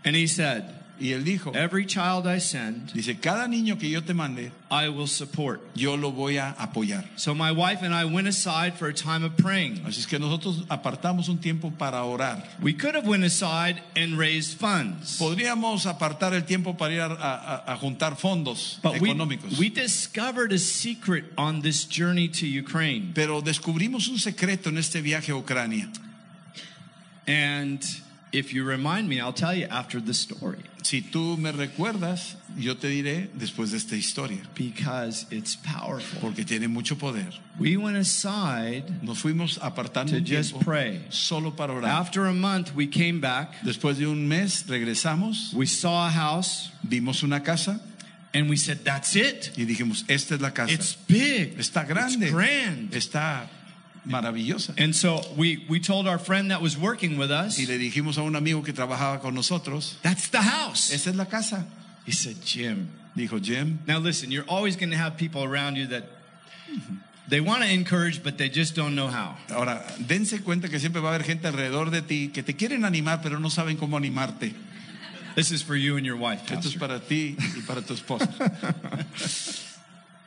D: And he said,
C: Y él dijo,
D: Every child I send,
C: dice, cada niño que yo te mande,
D: I will support.
C: yo lo voy a apoyar.
D: So my wife and I went aside for a time of praying.
C: Así es que nosotros apartamos un tiempo para orar.
D: We could have went aside and raised funds.
C: Podríamos apartar el tiempo para ir a, a- a juntar fondos
D: But we,
C: económicos.
D: we discovered a secret on this journey to Ukraine.
C: pero descubrimos un secreto en este viaje a Ucrania.
D: And If you remind me, I'll tell you after the story
C: Si tú me recuerdas, yo te diré después de esta historia,
D: because it's powerful.
C: porque tiene mucho poder.
D: We went aside.
C: Nos fuimos apartando
D: To
C: un
D: just
C: tiempo
D: pray.
C: solo para orar.
D: After a month, we came back.
C: Después de un mes regresamos,
D: We saw a house
C: vimos una casa
D: and we said, That's it.
C: y dijimos, esta es la casa.
D: It's big.
C: está
D: It's
C: grande,
D: grand.
C: está maravillosa.
D: And so we, we told our friend that was working with us,
C: Y le dijimos a un amigo que trabajaba con nosotros,
D: That's the house.
C: esta es la casa.
D: He said, Jim.
C: Dijo Jim,
D: Now listen, you're always going to have people around you that they want to encourage, but they just don't know how.
C: Ahora, dense cuenta que siempre va a haber gente alrededor de ti que te quieren animar, pero no saben cómo animarte.
D: This is for you and your wife.
C: Esto es
D: Pastor.
C: para ti y para tu esposa.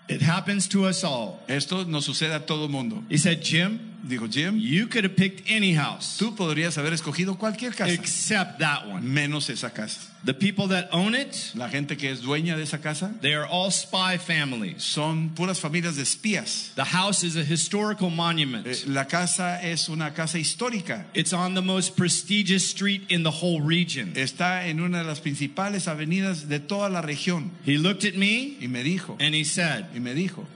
D: It happens to us all.
C: Esto nos sucede a todo mundo.
D: He said, Jim,
C: Dijo Jim,
D: you could have picked any house
C: tú podrías haber escogido cualquier casa,
D: except that one.
C: menos esa casa.
D: The people that own it,
C: La gente que es dueña de esa casa
D: they are all spy families.
C: son puras familias de espías.
D: The house is a historical monument.
C: Eh, La casa es una casa histórica.
D: It's on the most prestigious street in the whole region.
C: Está en una de las principales avenidas de toda la región.
D: He looked at me
C: Y me dijo,
D: and he said,
C: y me dijo,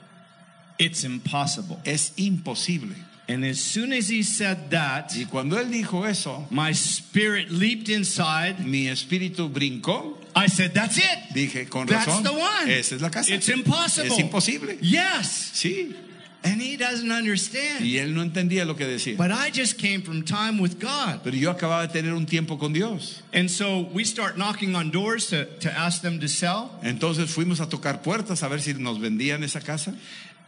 D: It's impossible.
C: es imposible.
D: And as soon as he said that,
C: Y cuando él dijo eso,
D: my spirit leaped inside.
C: mi espíritu brincó.
D: I said, That's it.
C: Dije, con
D: That's
C: razón,
D: the one.
C: esa es la casa.
D: It's impossible.
C: Es imposible.
D: Yes.
C: Sí.
D: And he doesn't understand.
C: Y él no entendía lo que decía.
D: But I just came from time with God.
C: Pero yo acababa de tener un tiempo con Dios.
D: And so we start knocking on doors to, to ask them to sell.
C: Entonces fuimos a tocar puertas a ver si nos vendían esa casa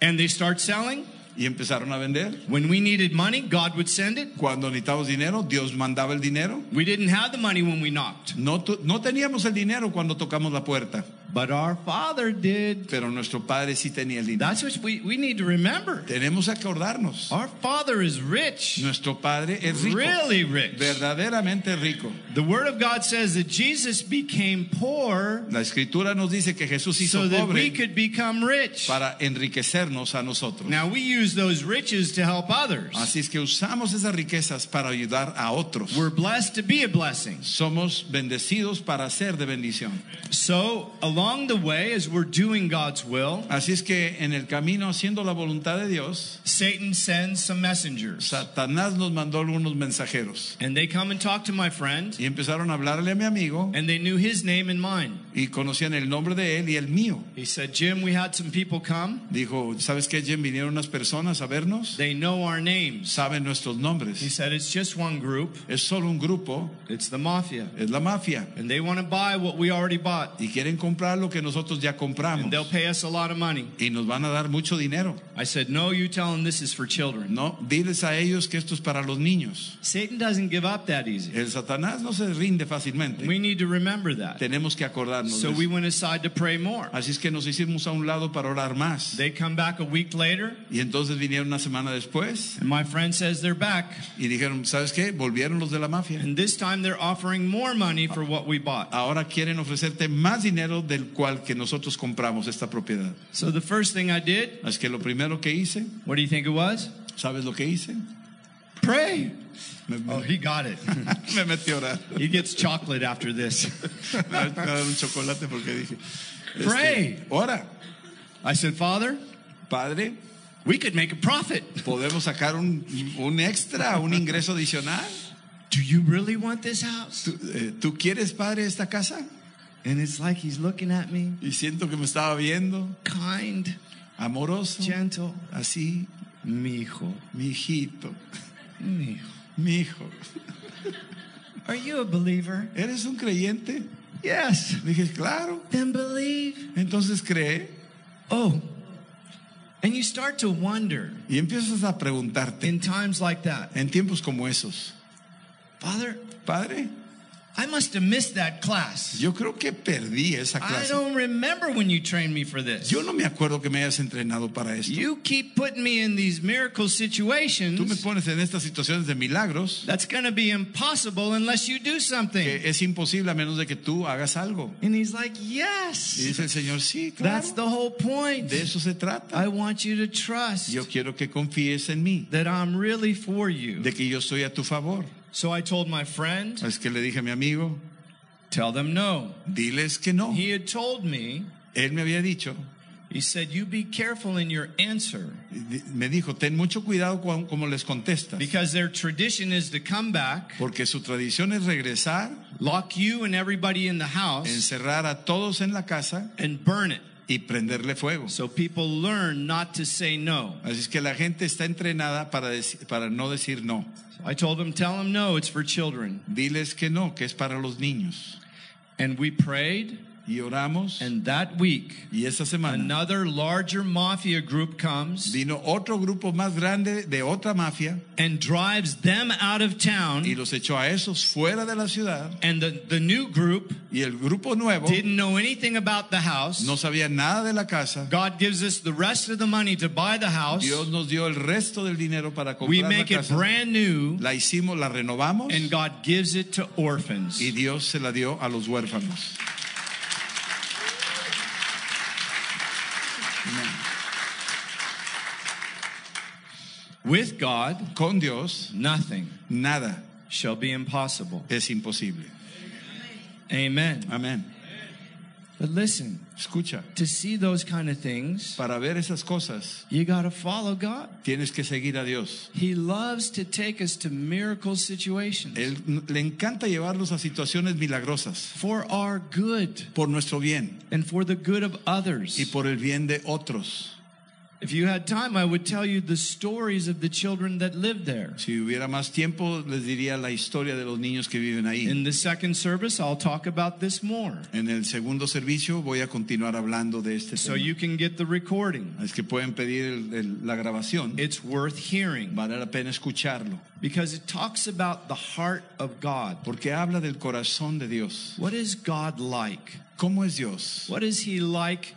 D: And they start selling.
C: y empezaron a vender.
D: When we needed money, God would send it.
C: Cuando necesitábamos dinero, Dios mandaba el dinero.
D: We didn't have the money when we knocked.
C: No, tu- no teníamos el dinero cuando tocamos la puerta,
D: But our father did.
C: pero nuestro padre sí tenía el dinero.
D: That's what we, we need to remember.
C: Tenemos que acordarnos.
D: Our father is rich.
C: Nuestro padre es rico.
D: Really rich.
C: Verdaderamente rico.
D: The word of God says that Jesus became poor
C: La escritura nos dice que Jesús hizo
D: so that we
C: pobre
D: could become rich.
C: para enriquecernos a nosotros.
D: Now we use those riches to help others.
C: Así es que usamos esas riquezas para ayudar a otros.
D: We're blessed to be a blessing.
C: Somos bendecidos para ser de bendición.
D: So along the way, as we're doing God's will,
C: Así es que en el camino haciendo la voluntad de Dios,
D: Satan sends some messengers.
C: Satanás nos mandó unos mensajeros
D: And they come and talk to my friend,
C: y empezaron a hablarle a mi amigo
D: and they knew his name and mine.
C: y conocían el nombre de él y el mío.
D: He said, Jim, we had some people come.
C: Dijo, ¿sabes qué, Jim? Vinieron unas personas a vernos,
D: They know our names.
C: saben nuestros
D: He
C: nombres.
D: said, It's just one group.
C: Es solo un grupo,
D: It's the mafia.
C: es la mafia.
D: And they want to buy what we already bought.
C: Y quieren comprar lo que nosotros ya compramos.
D: And they'll pay us a lot of money.
C: Y nos van a dar mucho dinero.
D: I said, No, you tell them this is for children.
C: No, diles a ellos que esto es para los niños.
D: Satan doesn't give up that easy.
C: El Satanás no se rinde fácilmente.
D: We need to remember that.
C: Tenemos que acordarnos.
D: So
C: de
D: we
C: eso.
D: went aside to pray more.
C: Así es que nos hicimos a un lado para orar más.
D: They come back a week later,
C: Y entonces vinieron una semana después
D: and my friend says they're back.
C: y dijeron, ¿sabes qué? Volvieron los de la mafia.
D: And this time they're offering more money for what we bought.
C: Ahora quieren ofrecerte más dinero del cual que nosotros compramos esta propiedad.
D: So the first thing I did,
C: Así que lo primero que hice,
D: what do you think it was?
C: ¿sabes lo que hice?
D: Pray.
C: Me, me-
D: Oh, he got it.
C: me metí a orar.
D: he gets chocolate after this.
C: Me voy a dar un chocolate porque dije, este,
D: Pray.
C: ora,
D: I said, Father,
C: Padre,
D: we could make a profit.
C: podemos sacar un, un extra, un ingreso adicional.
D: Do you really want this house?
C: ¿Tú, eh, ¿Tú quieres, Padre, esta casa?
D: And it's like he's looking at me,
C: Y siento que me estaba viendo,
D: kind,
C: amoroso,
D: gentle.
C: así,
D: Mijo,
C: mi hijito,
D: mijo,
C: mi hijo.
D: are you a believer?
C: ¿Eres un creyente?
D: Yes.
C: Dije, claro.
D: Then believe.
C: Entonces cree
D: Oh. And you start to wonder
C: y empiezas a preguntarte
D: in times like that,
C: en tiempos como esos,
D: Father,
C: Padre,
D: I must have missed that class.
C: yo creo que perdí esa
D: I
C: clase.
D: don't remember when you trained me for this.
C: Yo no me acuerdo que me hayas entrenado para esto.
D: You keep putting me in these miracle situations.
C: Tú me pones en estas situaciones de milagros
D: That's going to be impossible unless you do something.
C: que es imposible a menos de que tú hagas algo.
D: And he's like,
C: Y
D: Yes,
C: dice el Señor, sí,
D: that's
C: claro.
D: the whole point.
C: De eso se
D: I
C: trata.
D: want you to trust
C: Yo quiero que confíes en mí,
D: that I'm really for you.
C: de que yo estoy a tu favor.
D: So I told my friend,
C: Es que le dije a mi amigo,
D: tell them no.
C: diles que no.
D: He had told me,
C: Él me había dicho,
D: he said, you be careful in your answer
C: di- me dijo, ten mucho cuidado con cómo les contestas.
D: because their tradition is to come back,
C: Porque su tradición es regresar,
D: lock you and everybody in the house,
C: encerrar a todos en la casa
D: and burn it.
C: y prenderle fuego.
D: So people learn not to say no.
C: Así es que la gente está entrenada para, deci- para no decir no.
D: I told him, tell him no, it's for children.
C: Diles que no, que es para los niños.
D: And we prayed,
C: Y oramos.
D: and that week,
C: y esta semana
D: another larger mafia group comes
C: vino otro grupo más grande de otra mafia
D: and drives them out of
C: y
D: town.
C: los echó a esos fuera de la ciudad.
D: And the, the new group
C: Y el grupo nuevo
D: didn't know anything about the house.
C: no sabía nada de la casa.
D: God gives us the rest of the money to buy the house.
C: Dios nos dio el resto del dinero para
D: We
C: comprar la
D: make it
C: casa.
D: brand new,
C: La hicimos, la renovamos
D: and God gives it to orphans.
C: y Dios se la dio a los huérfanos.
D: With God,
C: Con Dios,
D: nothing
C: nada
D: shall be impossible.
C: es imposible.
D: Amen.
C: Amén.
D: But listen,
C: Escucha,
D: to see those kind of things,
C: para ver esas cosas
D: you got to follow God.
C: tienes que seguir a Dios.
D: He loves to take us to miracle situations
C: Él le encanta llevarlos a situaciones milagrosas
D: for our good
C: por nuestro bien
D: and for the good of
C: y
D: others.
C: por el bien de otros.
D: If you had time, I would tell you the stories of the children that lived there.
C: Si hubiera más tiempo, les diría la historia de los niños que viven ahí.
D: In the second service, I'll talk about this more.
C: En el segundo servicio voy a continuar hablando de este
D: So
C: tema.
D: you can get the recording.
C: Es que pueden pedir el- el- la grabación.
D: It's worth hearing
C: Vale la pena escucharlo.
D: because it talks about the heart of God.
C: Porque habla del corazón de Dios.
D: What is God like?
C: ¿Cómo es Dios?
D: What is He like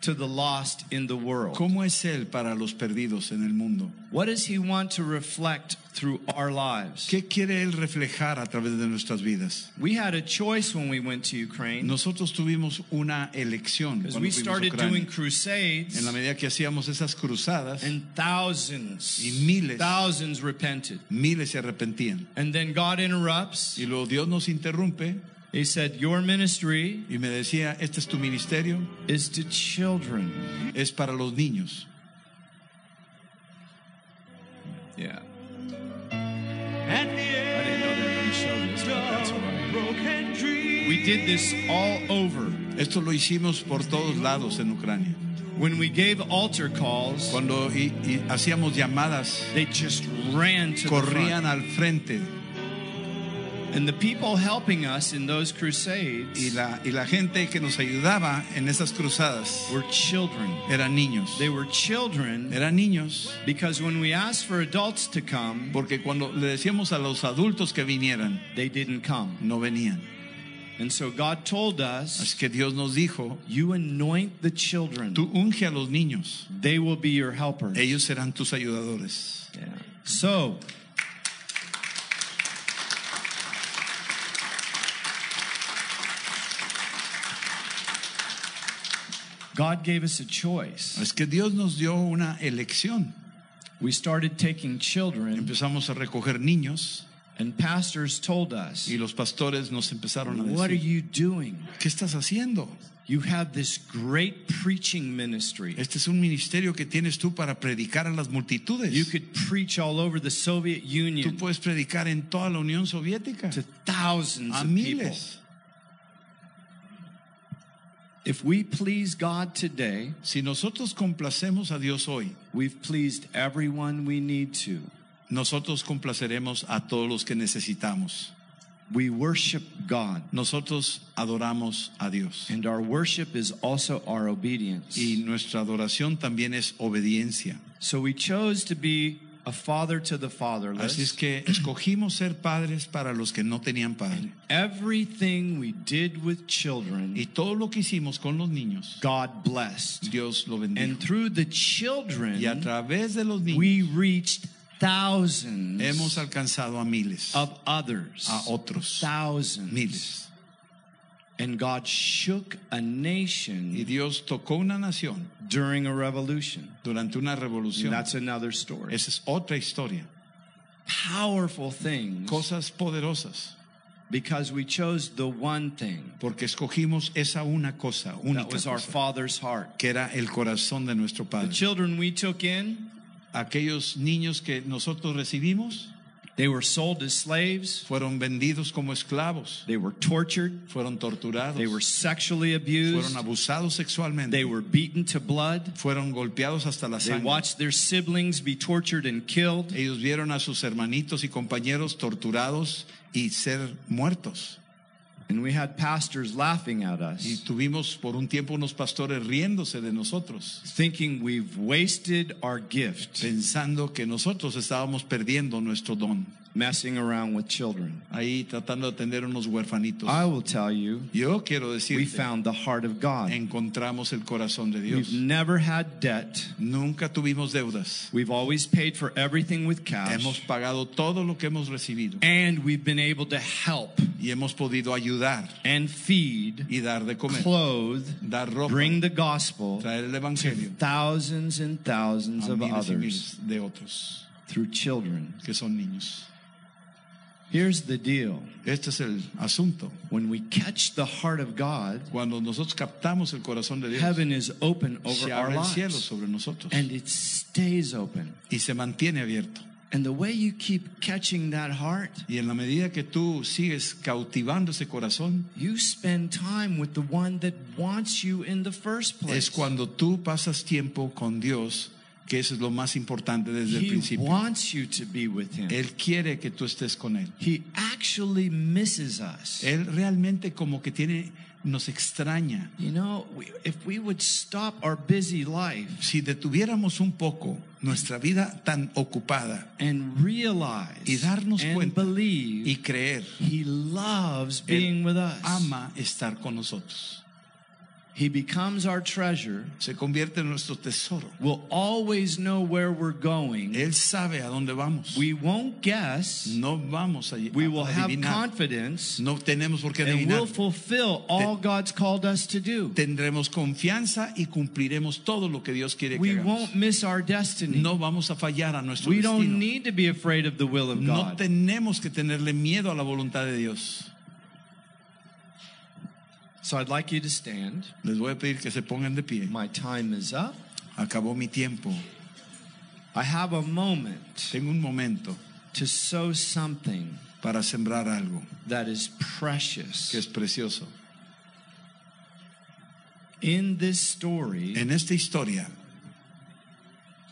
D: to the lost in the world?
C: ¿Cómo es Él para los perdidos en el mundo?
D: What does He want to reflect through our lives?
C: ¿Qué quiere Él reflejar a través de nuestras vidas?
D: We had a choice when we went to Ukraine
C: Nosotros tuvimos una elección
D: because
C: cuando
D: we
C: fuimos a
D: started
C: Ucrania.
D: doing
C: En
D: crusades
C: la medida que hacíamos esas cruzadas,
D: and thousands,
C: Y miles.
D: thousands repented.
C: miles se arrepentían.
D: And then God interrupts.
C: Y luego Dios nos interrumpe
D: He said, Your ministry
C: y me decía, este es tu ministerio,
D: is to children.
C: es para los niños.
D: Yeah. I didn't know they were going to show this, but that's all right. We did this all over.
C: Esto lo hicimos por todos lados en Ucrania.
D: When we gave altar calls,
C: Cuando y- y hacíamos llamadas,
D: they just ran to the
C: corrían
D: front.
C: al frente
D: And the people helping us in those
C: y
D: crusades
C: la, y la gente que nos ayudaba en esas cruzadas
D: were children.
C: eran niños.
D: They were children
C: Eran niños
D: because when we asked for adults to come,
C: porque cuando le decíamos a los adultos que vinieran,
D: they didn't come.
C: no venían.
D: And so God told
C: Así
D: us,
C: que Dios nos dijo,
D: you anoint the children.
C: tú unge a los niños.
D: They will be your helpers.
C: Ellos serán tus ayudadores.
D: Yeah. So, God gave us a choice.
C: Es que Dios nos dio una elección.
D: We started taking children,
C: Empezamos a recoger niños
D: and pastors told us,
C: y los pastores nos empezaron a
D: What are
C: decir,
D: you doing?
C: ¿qué estás haciendo?
D: You have this great preaching ministry.
C: Este es un ministerio que tienes tú para predicar a las
D: You
C: multitudes.
D: could preach all over the Soviet
C: Tú
D: Union
C: puedes predicar en toda la Unión Soviética
D: to thousands
C: a
D: of people.
C: miles.
D: If we please God today,
C: Si nosotros complacemos a Dios hoy,
D: we've pleased everyone we need to.
C: nosotros complaceremos a todos los que necesitamos.
D: We worship God,
C: Nosotros adoramos a Dios.
D: and our worship is also our obedience.
C: Y nuestra adoración también es obediencia.
D: So we chose to be a father to the
C: Así es
D: fatherless.
C: que escogimos ser padres para los que no tenían padre.
D: Everything we did with children,
C: Y todo lo que hicimos con los niños,
D: God blessed.
C: Dios lo
D: And
C: bendijo.
D: through the
C: Y a
D: children,
C: través de los niños
D: we reached thousands
C: hemos alcanzado a miles, a
D: of others.
C: otros,
D: Thousands.
C: miles.
D: And God shook a
C: Y
D: nation
C: Dios tocó una nación
D: during a revolution.
C: durante una
D: And
C: revolución.
D: that's another story.
C: Esa es otra historia.
D: powerful things
C: cosas poderosas,
D: because we chose the one thing
C: porque escogimos esa una cosa, única
D: that was our
C: cosa,
D: Father's heart.
C: que era el corazón de nuestro
D: The
C: Padre.
D: children we took in,
C: Aquellos niños que nosotros recibimos
D: they were sold as slaves,
C: fueron vendidos como esclavos,
D: they were tortured,
C: fueron torturados,
D: they were sexually abused,
C: fueron abusados
D: they
C: sexualmente,
D: were beaten to blood,
C: fueron golpeados hasta la
D: they
C: sangre.
D: watched their siblings be tortured and killed.
C: Ellos vieron a sus hermanitos y compañeros torturados y ser muertos.
D: And we had pastors laughing at
C: Y
D: us,
C: tuvimos por un tiempo unos pastores riéndose de nosotros,
D: thinking we've wasted our gift
C: pensando que nosotros estábamos perdiendo nuestro don,
D: messing around with children.
C: ahí tratando de atender unos huerfanitos.
D: I will tell you,
C: Yo quiero
D: Ah, we
C: decir,
D: found the heart of God.
C: encontramos el corazón de Dios.
D: We've never had debt.
C: Nunca tuvimos deudas.
D: We've always paid for everything with
C: Hemos
D: cash.
C: pagado todo lo que hemos recibido
D: And we've been able to help
C: y hemos podido ayudar
D: and feed,
C: y dar de comer,
D: clothe,
C: dar ropa,
D: bring the gospel
C: traer el
D: to
C: evangelio
D: thousands and
C: a
D: thousands of
C: miles y
D: others
C: miles de otros
D: through children.
C: que son niños.
D: Here's the deal
C: Este es el asunto.
D: when we catch the heart of God,
C: Cuando nosotros captamos el corazón de Dios,
D: heaven is open over
C: se
D: our
C: abre el cielo
D: lives
C: sobre nosotros
D: and it stays open.
C: y se mantiene abierto.
D: And the way you keep catching that heart,
C: Y en la medida que tú sigues cautivando ese corazón,
D: you spend time with the one that wants you in the first
C: es
D: place.
C: cuando tú pasas tiempo con Dios, que eso es lo más importante desde el
D: He
C: principio.
D: wants you to be with him.
C: Él quiere que tú estés con Él.
D: He actually misses us.
C: Él realmente como que tiene, nos extraña.
D: You know, we, if we would stop our busy life
C: Si detuviéramos un poco nuestra vida tan ocupada
D: and realize
C: y darnos
D: and
C: cuenta
D: believe
C: y creer,
D: he loves
C: Él
D: being with us.
C: ama estar con nosotros.
D: He becomes our treasure.
C: Se convierte en nuestro tesoro.
D: We'll always know where we're going.
C: Él sabe a dónde vamos.
D: we won't guess.
C: no vamos a, a
D: we will have
C: adivinar.
D: confidence
C: No tenemos por qué
D: and
C: adivinar.
D: we'll fulfill all God's called us to do.
C: Tendremos confianza y cumpliremos todo lo que Dios quiere que
D: We
C: hagamos.
D: won't miss our destiny.
C: No vamos a fallar a nuestro
D: we
C: destino.
D: don't need to be afraid of the will of
C: No
D: God.
C: tenemos que tenerle miedo a la voluntad de Dios.
D: So I'd like you to stand.
C: Les voy a pedir que se pongan de pie.
D: My time is up.
C: Acabó mi tiempo.
D: I have a moment
C: Tengo un momento
D: to sow something
C: para sembrar algo
D: that is
C: que
D: precious.
C: es precioso.
D: In this story
C: En esta historia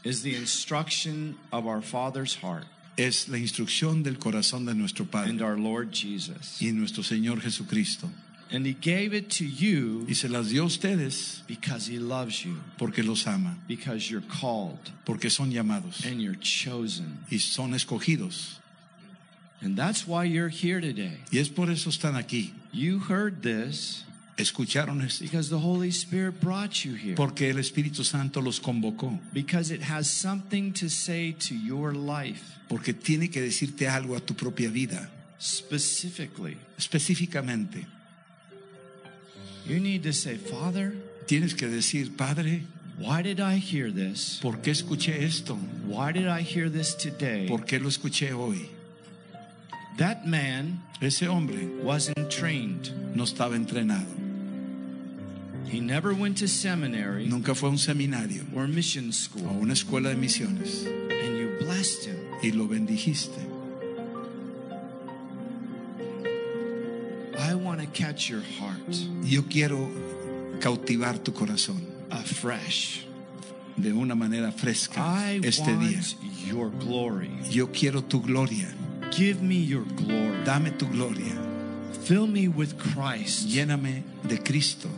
D: is the instruction of our Father's heart
C: es la instrucción del corazón de nuestro
D: and
C: Padre
D: our Lord Jesus.
C: y nuestro Señor Jesucristo.
D: And He gave it to you
C: Y se las dio a ustedes
D: because He loves you,
C: porque los ama,
D: because you're called
C: porque son llamados
D: and you're chosen.
C: y son escogidos.
D: And that's why you're here today.
C: Y es por eso están aquí.
D: You heard this
C: Escucharon esto
D: because the Holy Spirit brought you here.
C: porque el Espíritu Santo los convocó,
D: Because it has something to say to your life
C: porque tiene que decirte algo a tu propia vida,
D: specifically.
C: específicamente.
D: You need to say, Father,
C: Tienes que decir, Padre,
D: why did I hear this?
C: ¿por qué escuché esto?
D: Why did I hear this today?
C: ¿Por qué lo escuché hoy?
D: That man
C: Ese hombre
D: wasn't trained.
C: no estaba entrenado,
D: He never went to seminary
C: nunca fue a un seminario
D: or mission
C: o a
D: school.
C: una escuela de misiones
D: And you blessed him.
C: y lo bendijiste.
D: I want to catch your heart
C: Yo quiero cautivar tu corazón
D: afresh.
C: de una manera fresca
D: I
C: Ah, este día.
D: want your glory.
C: Yo quiero tu gloria,
D: Give me your glory.
C: dame tu gloria,
D: Fill me with Christ
C: lléname de Cristo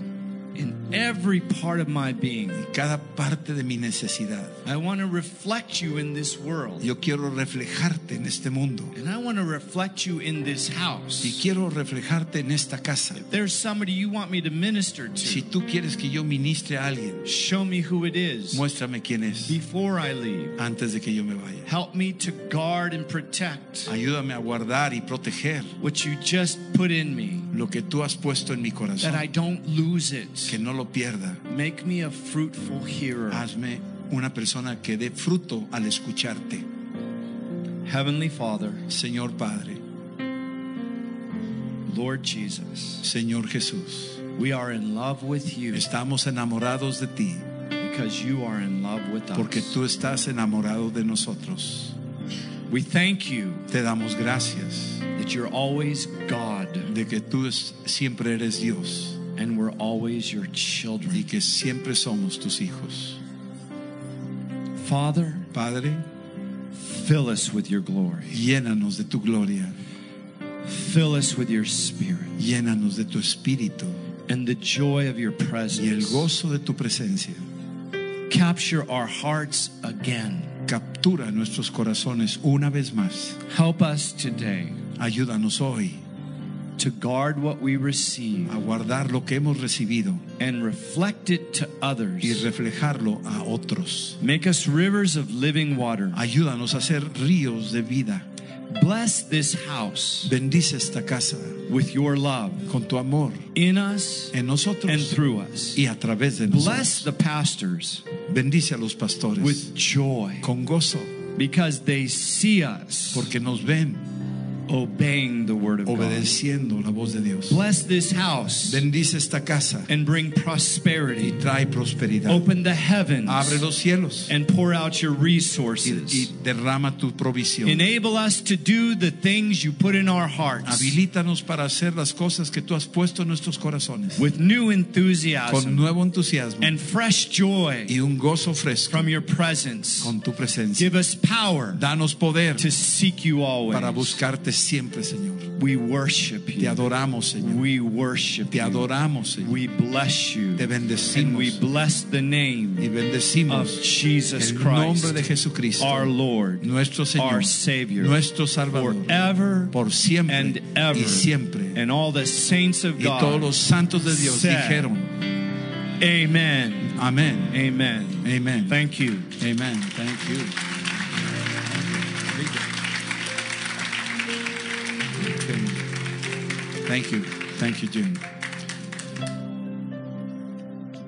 D: in every part of my being.
C: en cada parte de mi necesidad.
D: I want to reflect you in this world.
C: Yo quiero reflejarte en este mundo
D: And I want to reflect you in this
C: y
D: house.
C: quiero reflejarte en esta casa.
D: There's somebody you want me to minister
C: Si
D: to.
C: tú quieres que yo ministre a alguien,
D: Show me who it is
C: muéstrame quién es
D: before I leave.
C: antes de que yo me vaya.
D: Help me to guard and protect
C: Ayúdame a guardar y proteger
D: what you just put in me,
C: lo que tú has puesto en mi
D: that I
C: corazón,
D: don't lose
C: que
D: it.
C: no lo pierda.
D: Make me a fruitful hearer.
C: Hazme una persona que dé fruto al escucharte.
D: Heavenly Father,
C: Señor Padre,
D: Lord Jesus,
C: Señor Jesús.
D: we are in love with you
C: Estamos enamorados de ti
D: because you are in love with
C: porque
D: us.
C: tú estás enamorado de nosotros.
D: We thank you
C: Te damos gracias
D: that you're always God
C: de que tú es- siempre eres Dios
D: and we're always your
C: y
D: children.
C: que siempre somos tus hijos.
D: Father,
C: Padre,
D: fill us with your glory,
C: llénanos de tu gloria,
D: fill us with your spirit
C: llénanos de tu espíritu
D: and the joy of your
C: y el
D: presence.
C: gozo de tu presencia.
D: Capture our hearts again.
C: Captura nuestros corazones una vez más.
D: Help us today
C: Ayúdanos hoy
D: to guard what we receive
C: a guardar lo que hemos recibido
D: and reflect it to
C: y
D: others.
C: reflejarlo a otros.
D: Make us rivers of living water.
C: Ayúdanos a ser ríos de vida.
D: Bless this house
C: Bendice esta casa
D: with your love
C: con tu amor
D: in us
C: en
D: and
C: nosotros
D: through us.
C: y a través de
D: Bless
C: nosotros.
D: the pastors
C: Bendice a los pastores
D: with joy
C: con gozo
D: because they see us
C: porque nos ven
D: obeying the word of God.
C: obedeciendo la voz de Dios.
D: Bless this house
C: Bendice esta casa
D: and bring
C: y
D: prosperity.
C: trae prosperidad.
D: Open the heavens
C: Abre los cielos
D: and pour out your
C: y, y
D: resources.
C: derrama tu provisión.
D: Enable us to do the things you put in our hearts
C: Habilítanos para hacer las cosas que tú has puesto en nuestros corazones
D: with new
C: con
D: enthusiasm
C: nuevo entusiasmo
D: and fresh joy
C: y un gozo fresco
D: from your presence.
C: con tu presencia.
D: Give us power
C: Danos poder
D: to seek you
C: para
D: always.
C: buscarte siempre, Señor.
D: We worship
C: Te
D: you.
C: adoramos, Señor.
D: We worship
C: Te
D: you.
C: adoramos, Señor.
D: We bless you.
C: Te
D: And we
C: bendecimos
D: bless the
C: y
D: name of
C: bendecimos
D: Jesus
C: el nombre de
D: Christ,
C: Jesucristo,
D: our Lord,
C: nuestro Señor,
D: our Savior,
C: nuestro Salvador,
D: forever
C: por siempre
D: and ever.
C: y siempre.
D: And all the saints of
C: Y todos
D: God.
C: los santos de Dios
D: said,
C: dijeron,
D: Amen.
C: amén,
D: Amen.
C: amén,
D: Thank you.
C: amén. Thank you. Thank you, thank you, Jim.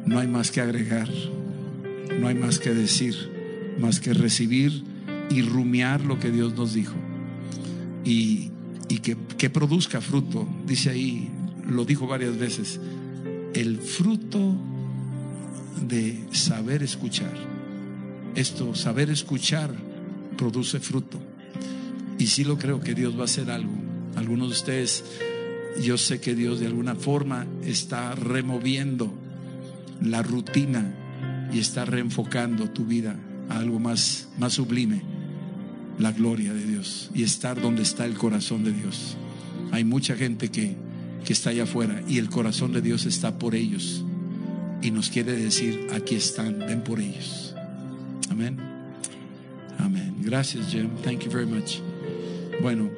C: No hay más que agregar, no hay más que decir, más que recibir y rumiar lo que Dios nos dijo y, y que, que produzca fruto. Dice ahí, lo dijo varias veces, el fruto de saber escuchar. Esto, saber escuchar, produce fruto. Y sí lo creo que Dios va a hacer algo. Algunos de ustedes, yo sé que Dios de alguna forma está removiendo la rutina y está reenfocando tu vida a algo más, más sublime, la gloria de Dios y estar donde está el corazón de Dios. Hay mucha gente que, que está allá afuera y el corazón de Dios está por ellos y nos quiere decir, aquí están, ven por ellos. Amén. Amén. Gracias, Jim. Thank you very much. Bueno,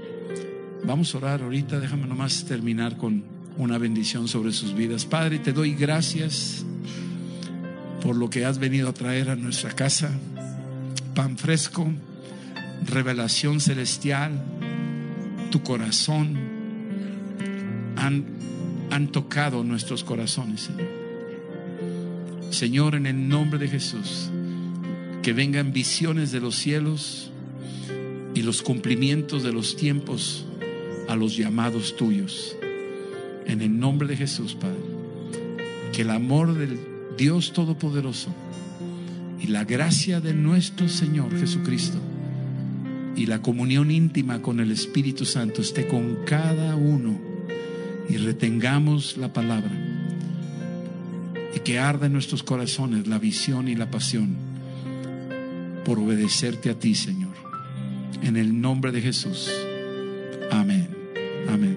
C: vamos a orar ahorita. Déjame nomás terminar con una bendición sobre sus vidas. Padre, te doy gracias por lo que has venido a traer a nuestra casa. Pan fresco, revelación celestial, tu corazón. Han, han tocado nuestros corazones, Señor. Señor, en el nombre de Jesús, que vengan visiones de los cielos y los cumplimientos de los tiempos a los llamados tuyos. En el nombre de Jesús, Padre, que el amor del Dios Todopoderoso y la gracia de nuestro Señor Jesucristo y la comunión íntima con el Espíritu Santo esté con cada uno y retengamos la palabra y que arda en nuestros corazones la visión y la pasión por obedecerte a ti, Señor. En el nombre de Jesús. Amén. Amén.